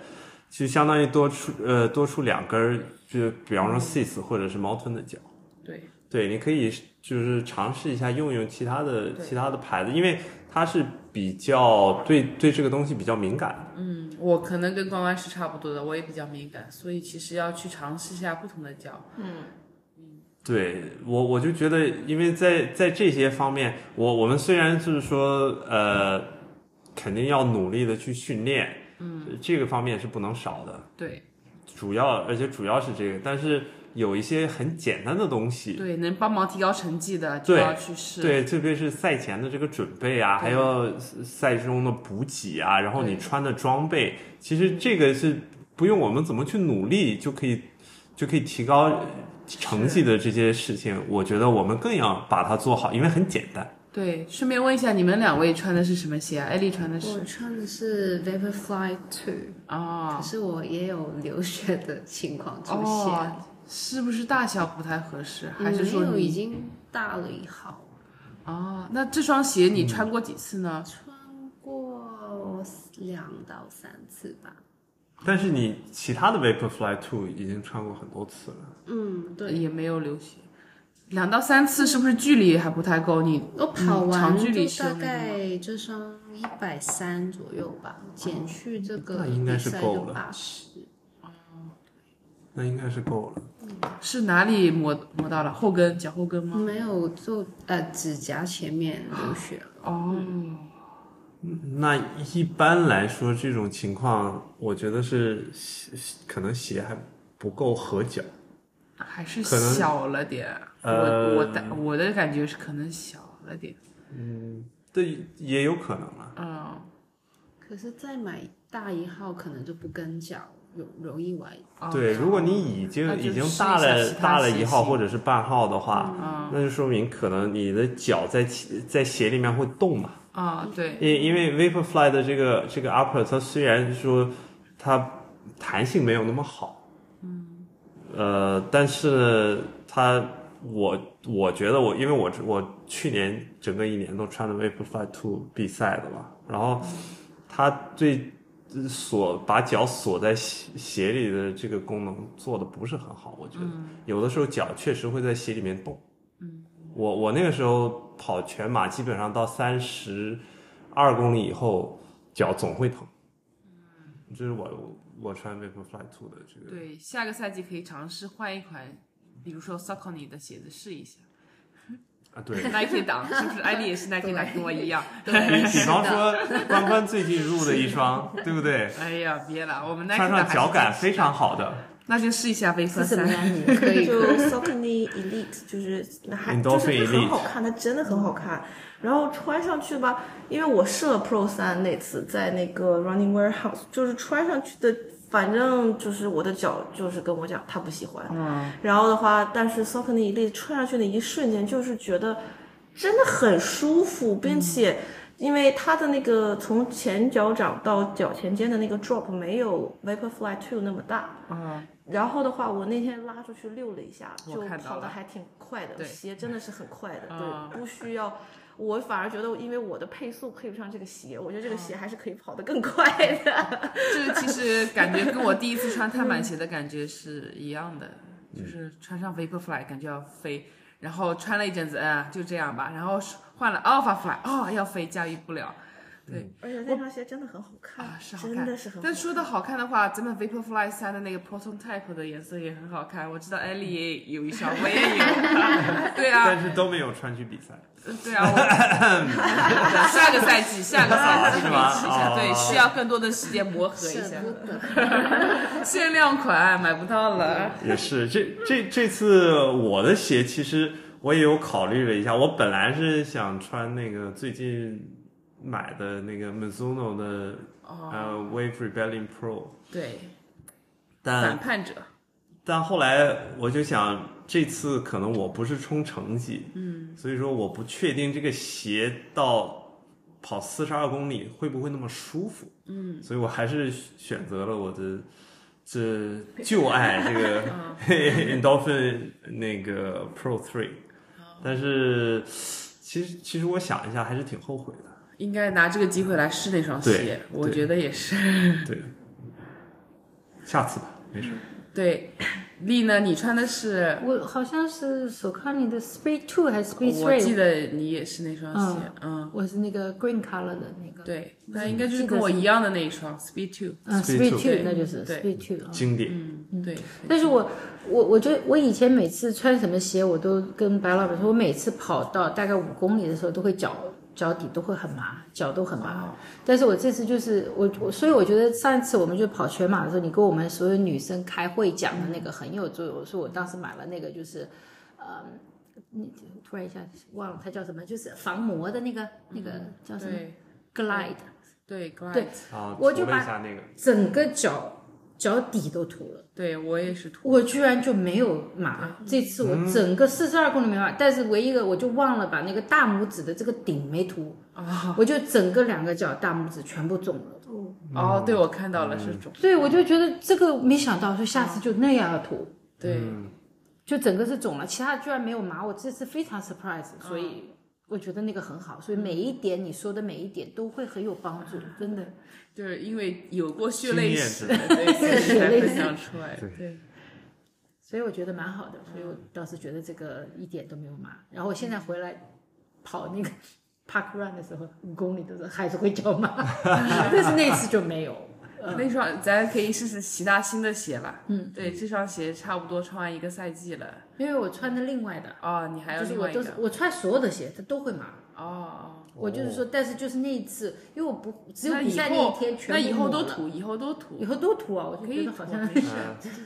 就相当于多出呃多出两根儿，就比方说 Sis 或者是猫吞的胶。
对，
对，你可以就是尝试一下用用其他的
对
其他的牌子，因为它是比较对对这个东西比较敏感。
嗯，我可能跟关关是差不多的，我也比较敏感，所以其实要去尝试一下不同的胶，
嗯，
对我我就觉得，因为在在这些方面，我我们虽然是说呃，肯定要努力的去训练，嗯，这个方面是不能少的，
对
主要而且主要是这个，但是有一些很简单的东西，
对，能帮忙提高成绩的就
对
要去试，
对，特别是赛前的这个准备啊，还
对
有赛中的补给啊，然后你
对
穿的装备，其实这个是不用我们怎么去努力就可以就可以提高成绩的这些事情，我觉得我们更要把它做好，因为很简单。
对，顺便问一下你们两位穿的是什么鞋啊？艾丽穿的是
我穿的是 Vaporfly Two，
啊
可，是我也有流血的情况出现，
哦，是不是大小不太合适，还是
没
说
有已
你
经大了一号，
哦？那这双鞋
嗯
你穿过几次呢？
穿过两到三次吧。
但是你其他的 Vaporfly Two 已经穿过很多次了，
嗯，对，
也没有流血，两到三次是不是距离还不太够？你
我哦跑
嗯长
完
距
就
离是
大
那个
概这双一百三左右吧，减去这
那
个
应该是够了
八十。
那应该是够了。
是哪里磨磨到了后跟脚后跟吗？
没有就呃指甲前面流血了，
哦，
嗯
嗯那一般来说，这种情况，我觉得是鞋可能鞋还不够合脚。
哦还是
可能
小了点。
呃
我我的我的感觉是可能小了点。
对，也有可能啊。
嗯，
可是再买大一号可能就不跟脚，容容易 崴。
哦
对，如果你已
那
经
就
已经
试一下
大了
其他
大了
鞋
一号
型
或者是半号的话，
嗯
那就说明可能你的脚在其在鞋里面会动嘛。
啊，对，
因因为 Vaporfly 的这个这个 upper，它虽然说它弹性没有那么好，嗯，呃，但是它我我觉得我因为我我去年整个一年都穿着 Vaporfly Two 比赛的嘛，然后它对锁把脚锁在鞋鞋里的这个功能做的不是很好，我觉得、
嗯
有的时候脚确实会在鞋里面动。我我那个时候跑全马，基本上到三十二公里以后，脚总会疼。
嗯
这是我我我穿 Vaporfly Two 的这个。
对，下个赛季可以尝试换一款，比如说 Saucony 的鞋子试一 下
啊，对，
，Nike 档是不是？艾丽也是 Nike 档，跟我一样。
比比方说关关最近入的一双，对不对？
哎呀，别了，我们 Nike
穿
档
上
还
脚
是啊
感非常好的，
那就试一下微
是
测
怎么
三。
样？你
可以
就 Saucony Elite，就是那还就
Endorphin
是它
Elite
很好看，它真的很好看。然后穿上去吧，因为我试了 Pro 三那次在那个 Running Warehouse，就是穿上去的，反正就是我的脚就是跟我讲他不喜欢。嗯。然后的话，但是 Saucony Elite 穿上去的一瞬间，就是觉得真的很舒服，
嗯
并且。因为它的那个从前脚掌到脚前尖的那个 drop 没有 Vaporfly Two 那么大，然后的话，我那天拉出去溜了一下，
啊我
就
看到
跑得
了
还挺快的，
对
鞋真的是很快的，
啊
对，不需要。我反而觉得，因为我的配速配不上这个鞋，我觉得
啊
这个鞋还是可以跑得更快 的。
这其实感觉跟我第一次穿碳板鞋的感觉是一样的，就是穿上 Vaporfly 感觉要飞，然后穿了一阵子，嗯，就这样吧，然后换了 Alphafly，哦，要飞，驾驭不了。
而且那双鞋真的很好看，
啊，是好
真
看，
的是很好看。
但说到好看的话，咱们 Vaporfly 三的那个 Prototype 的颜色也很好看，我知道 Ellie 也有一双，我也有。对啊，
但是都没有穿去比赛。
对啊，我下个赛季，下个赛季
是吗
试一下，对，
哦
需要更多的时间磨合一下
舍。不得。
限量款买不到了，
也是，这这这次我的鞋其实我也有考虑了一下，我本来是想穿那个最近买的那个 Mizuno 的呃 Wave Rebellion Pro，
对，反
但
叛者，
但后来我就想，这次可能我不是冲成绩，嗯，所以说我不确定这个鞋到跑四十二公里会不会那么舒服，嗯，所以我还是选择了我的这旧爱这个 Endorphin 那个 Pro Three，但是其实其实我想一下还是挺后悔的，
应该拿这个机会来试那双鞋
对，
我
对
觉得也是。
对，下次吧，没事。
对，丽呢，你穿的是，
我好像是手看你的 Speed Two 还是 Speed
我记
Three，
得你也是那双鞋，嗯，
我是那个 green color 的那个，，
对，那应该就是跟我一样的那一双 Speed Two，
嗯
Speed
，Speed
Two
Two 那就是
对
Speed Two 啊。
经典，
对，
但是我我我觉得我以前每次穿什么鞋，我都跟白老板说，我每次跑到大概五公里的时候，都会脚脚底都会很麻，脚都很麻。但是我这次就是我我，所以我觉得上一次我们就跑全马的时候，你跟我们所有女生开会讲的那个很有作用。我说我当时买了那个就是，呃，你突然一下忘了它叫什么，就是防磨的那个那个叫什么
对
Glide，
对 g l
对
啊，
我就
涂了
把
一下那个，
整个脚脚底都涂了。
对我也是
我居然就没有麻，这次我整个四十二公里没麻，但是唯一一个我就忘了把那个大拇指的这个顶没涂，我就整个两个脚大拇指全部肿了。
嗯
哦，对，我看到了是肿，
对，我就觉得这个没想到，说下次就那样要涂，
对，
嗯
就整个是肿了，其他居然没有麻，我这次非常 surprise，所以我觉得那个很好，所以每一点你说的每一点都会很有帮助，真的。
就是因为有过血泪史，
经验
对，所以才分享出来，
对
对，
所以我觉得蛮好的，所以我
嗯
倒是觉得这个一点都没有麻。然后我现在回来跑那个 park run 的时候，五公里的时候还是会脚麻， 但是那次就没有。
那双咱可以试试其他新的鞋吧，嗯，对，这双鞋差不多穿完一个赛季了，
因为我穿的另外的，
哦，你还有
就是
另
我
外一
都是
个，
我穿所有的鞋，它都会麻。
哦，
我就是说，但是就是那一次，因为我不只有
那
比
以
赛那一
后
天全
那
部
以后都
抹了，
涂，以后都涂
以，后都涂啊！我就
可
觉
以
得
涂
好像
可以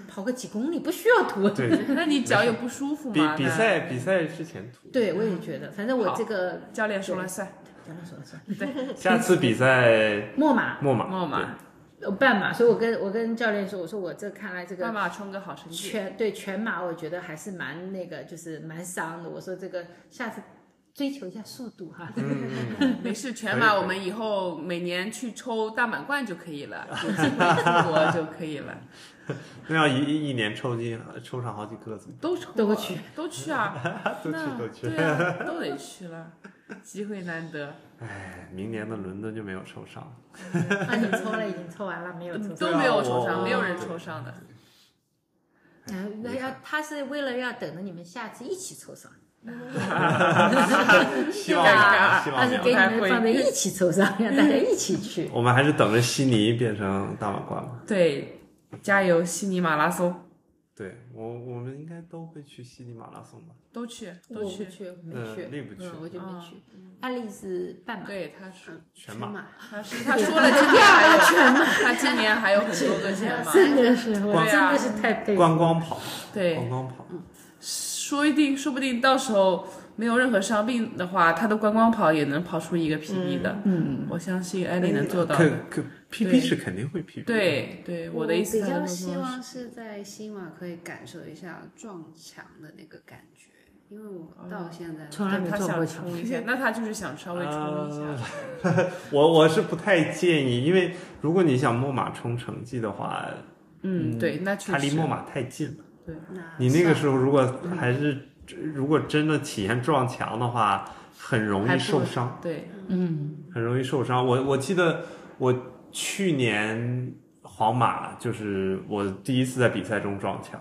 跑个几公里不需要涂。
对，
那你脚有不舒服
嗯比
吗？
比
那
赛比赛之前涂。
对，我也觉得，反正我
好
这个
教练说了算，
讲了说了算，
下次比赛
墨马
墨马，
莫马，
呃半马，所以我跟我跟教练说，我说我这看来这个
爸爸冲个好成绩，
全对全马，我觉得还是蛮那个，就是蛮伤的。我说这个下次追求一下速度哈。
没事，全
可以
马
可以
我们以后每年去抽大满贯就可以了，有机会出国就可以了，
那要一一年抽筋，抽上好几个怎么
都抽啊
都去
都去啊，
办？ 都去
那
都去。
对啊，都得去了，机会难得，
哎，明年的伦敦就没有抽上。
那啊你抽了，已经抽完了，没有抽
嗯都
伤。
没有抽伤，
啊我
没有人抽伤的，
哎那要他是为了要等着你们下次一起抽伤，
望吧
希望吧，
希
希
他
望
是
吧
给你们放在一起抽伤， 让大家一起去。
我们还是等着悉尼变成大满贯吧。
对，加油，悉尼马拉松，
对我我们应该都会去西里马拉松吧？
都去
我
都
不
去，
去，我没
呃
去，
那不去
嗯我就没
啊
去。爱丽是半马，
对，他说
全马。
他是他说了今年还有全他今年还有很多个全 马， 啊
真的是，我
光
真的是太佩服。
观光跑，
对，
观光跑，
说一定，说不定到时候没有任何伤病的话，他的观光跑也能跑出一个 PB 的。嗯，我相信艾丽能做到。
可可 PP
对
是肯定会 PP。，
对对，我的意思
比
他
较
的
希望是在西马可以感受一下撞墙的那个感觉，因为我到现在
从来没
他
做
想
过墙
冲一下，那他就是想稍微冲一下。
我我是不太建议，因为如果你想墨马冲成绩的话，
嗯，对，那确
它离
实
墨马太近了。
那
你那个
算
时候如果还是如果真的体验撞墙的话，很容
还
易
不
受伤。
对，
很容易受伤。我我记得我去年皇马就是我第一次在比赛中撞墙，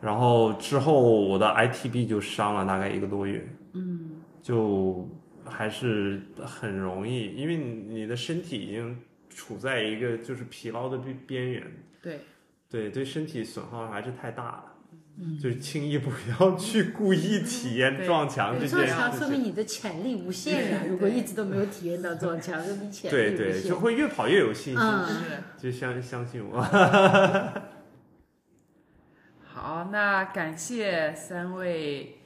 然后之后我的 ITB 就伤了大概一个多月，嗯，就还是很容易，因为你你的身体已经处在一个就是疲劳的边边缘，
对，
对对身体损耗还是太大了。就是轻易不要去故意体验
对
撞墙这
对
撞
件
墙
事
说
情
明。你的潜力无限呀！如果一直都没有体验到撞墙，说明潜力
对
无
对，
限。
就会越跑越有信心，
嗯，
是。
就相相信我。
好，那感谢三位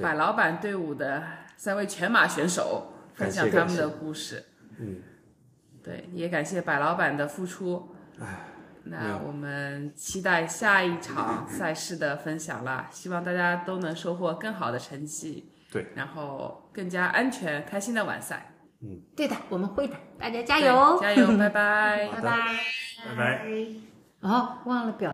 百老板队伍的三位全马选手分
感谢
享他们
感谢
的故事。
嗯，
对，也感谢百老板的付出。
没
那
有
我们期待下一场赛事的分享啦，希望大家都能收获更好的成绩，
对，
然后更加安全、开心的完赛。
对的，我们会的，大家加
对
油！
加油，拜拜！
好的，拜拜。
哦，忘了表。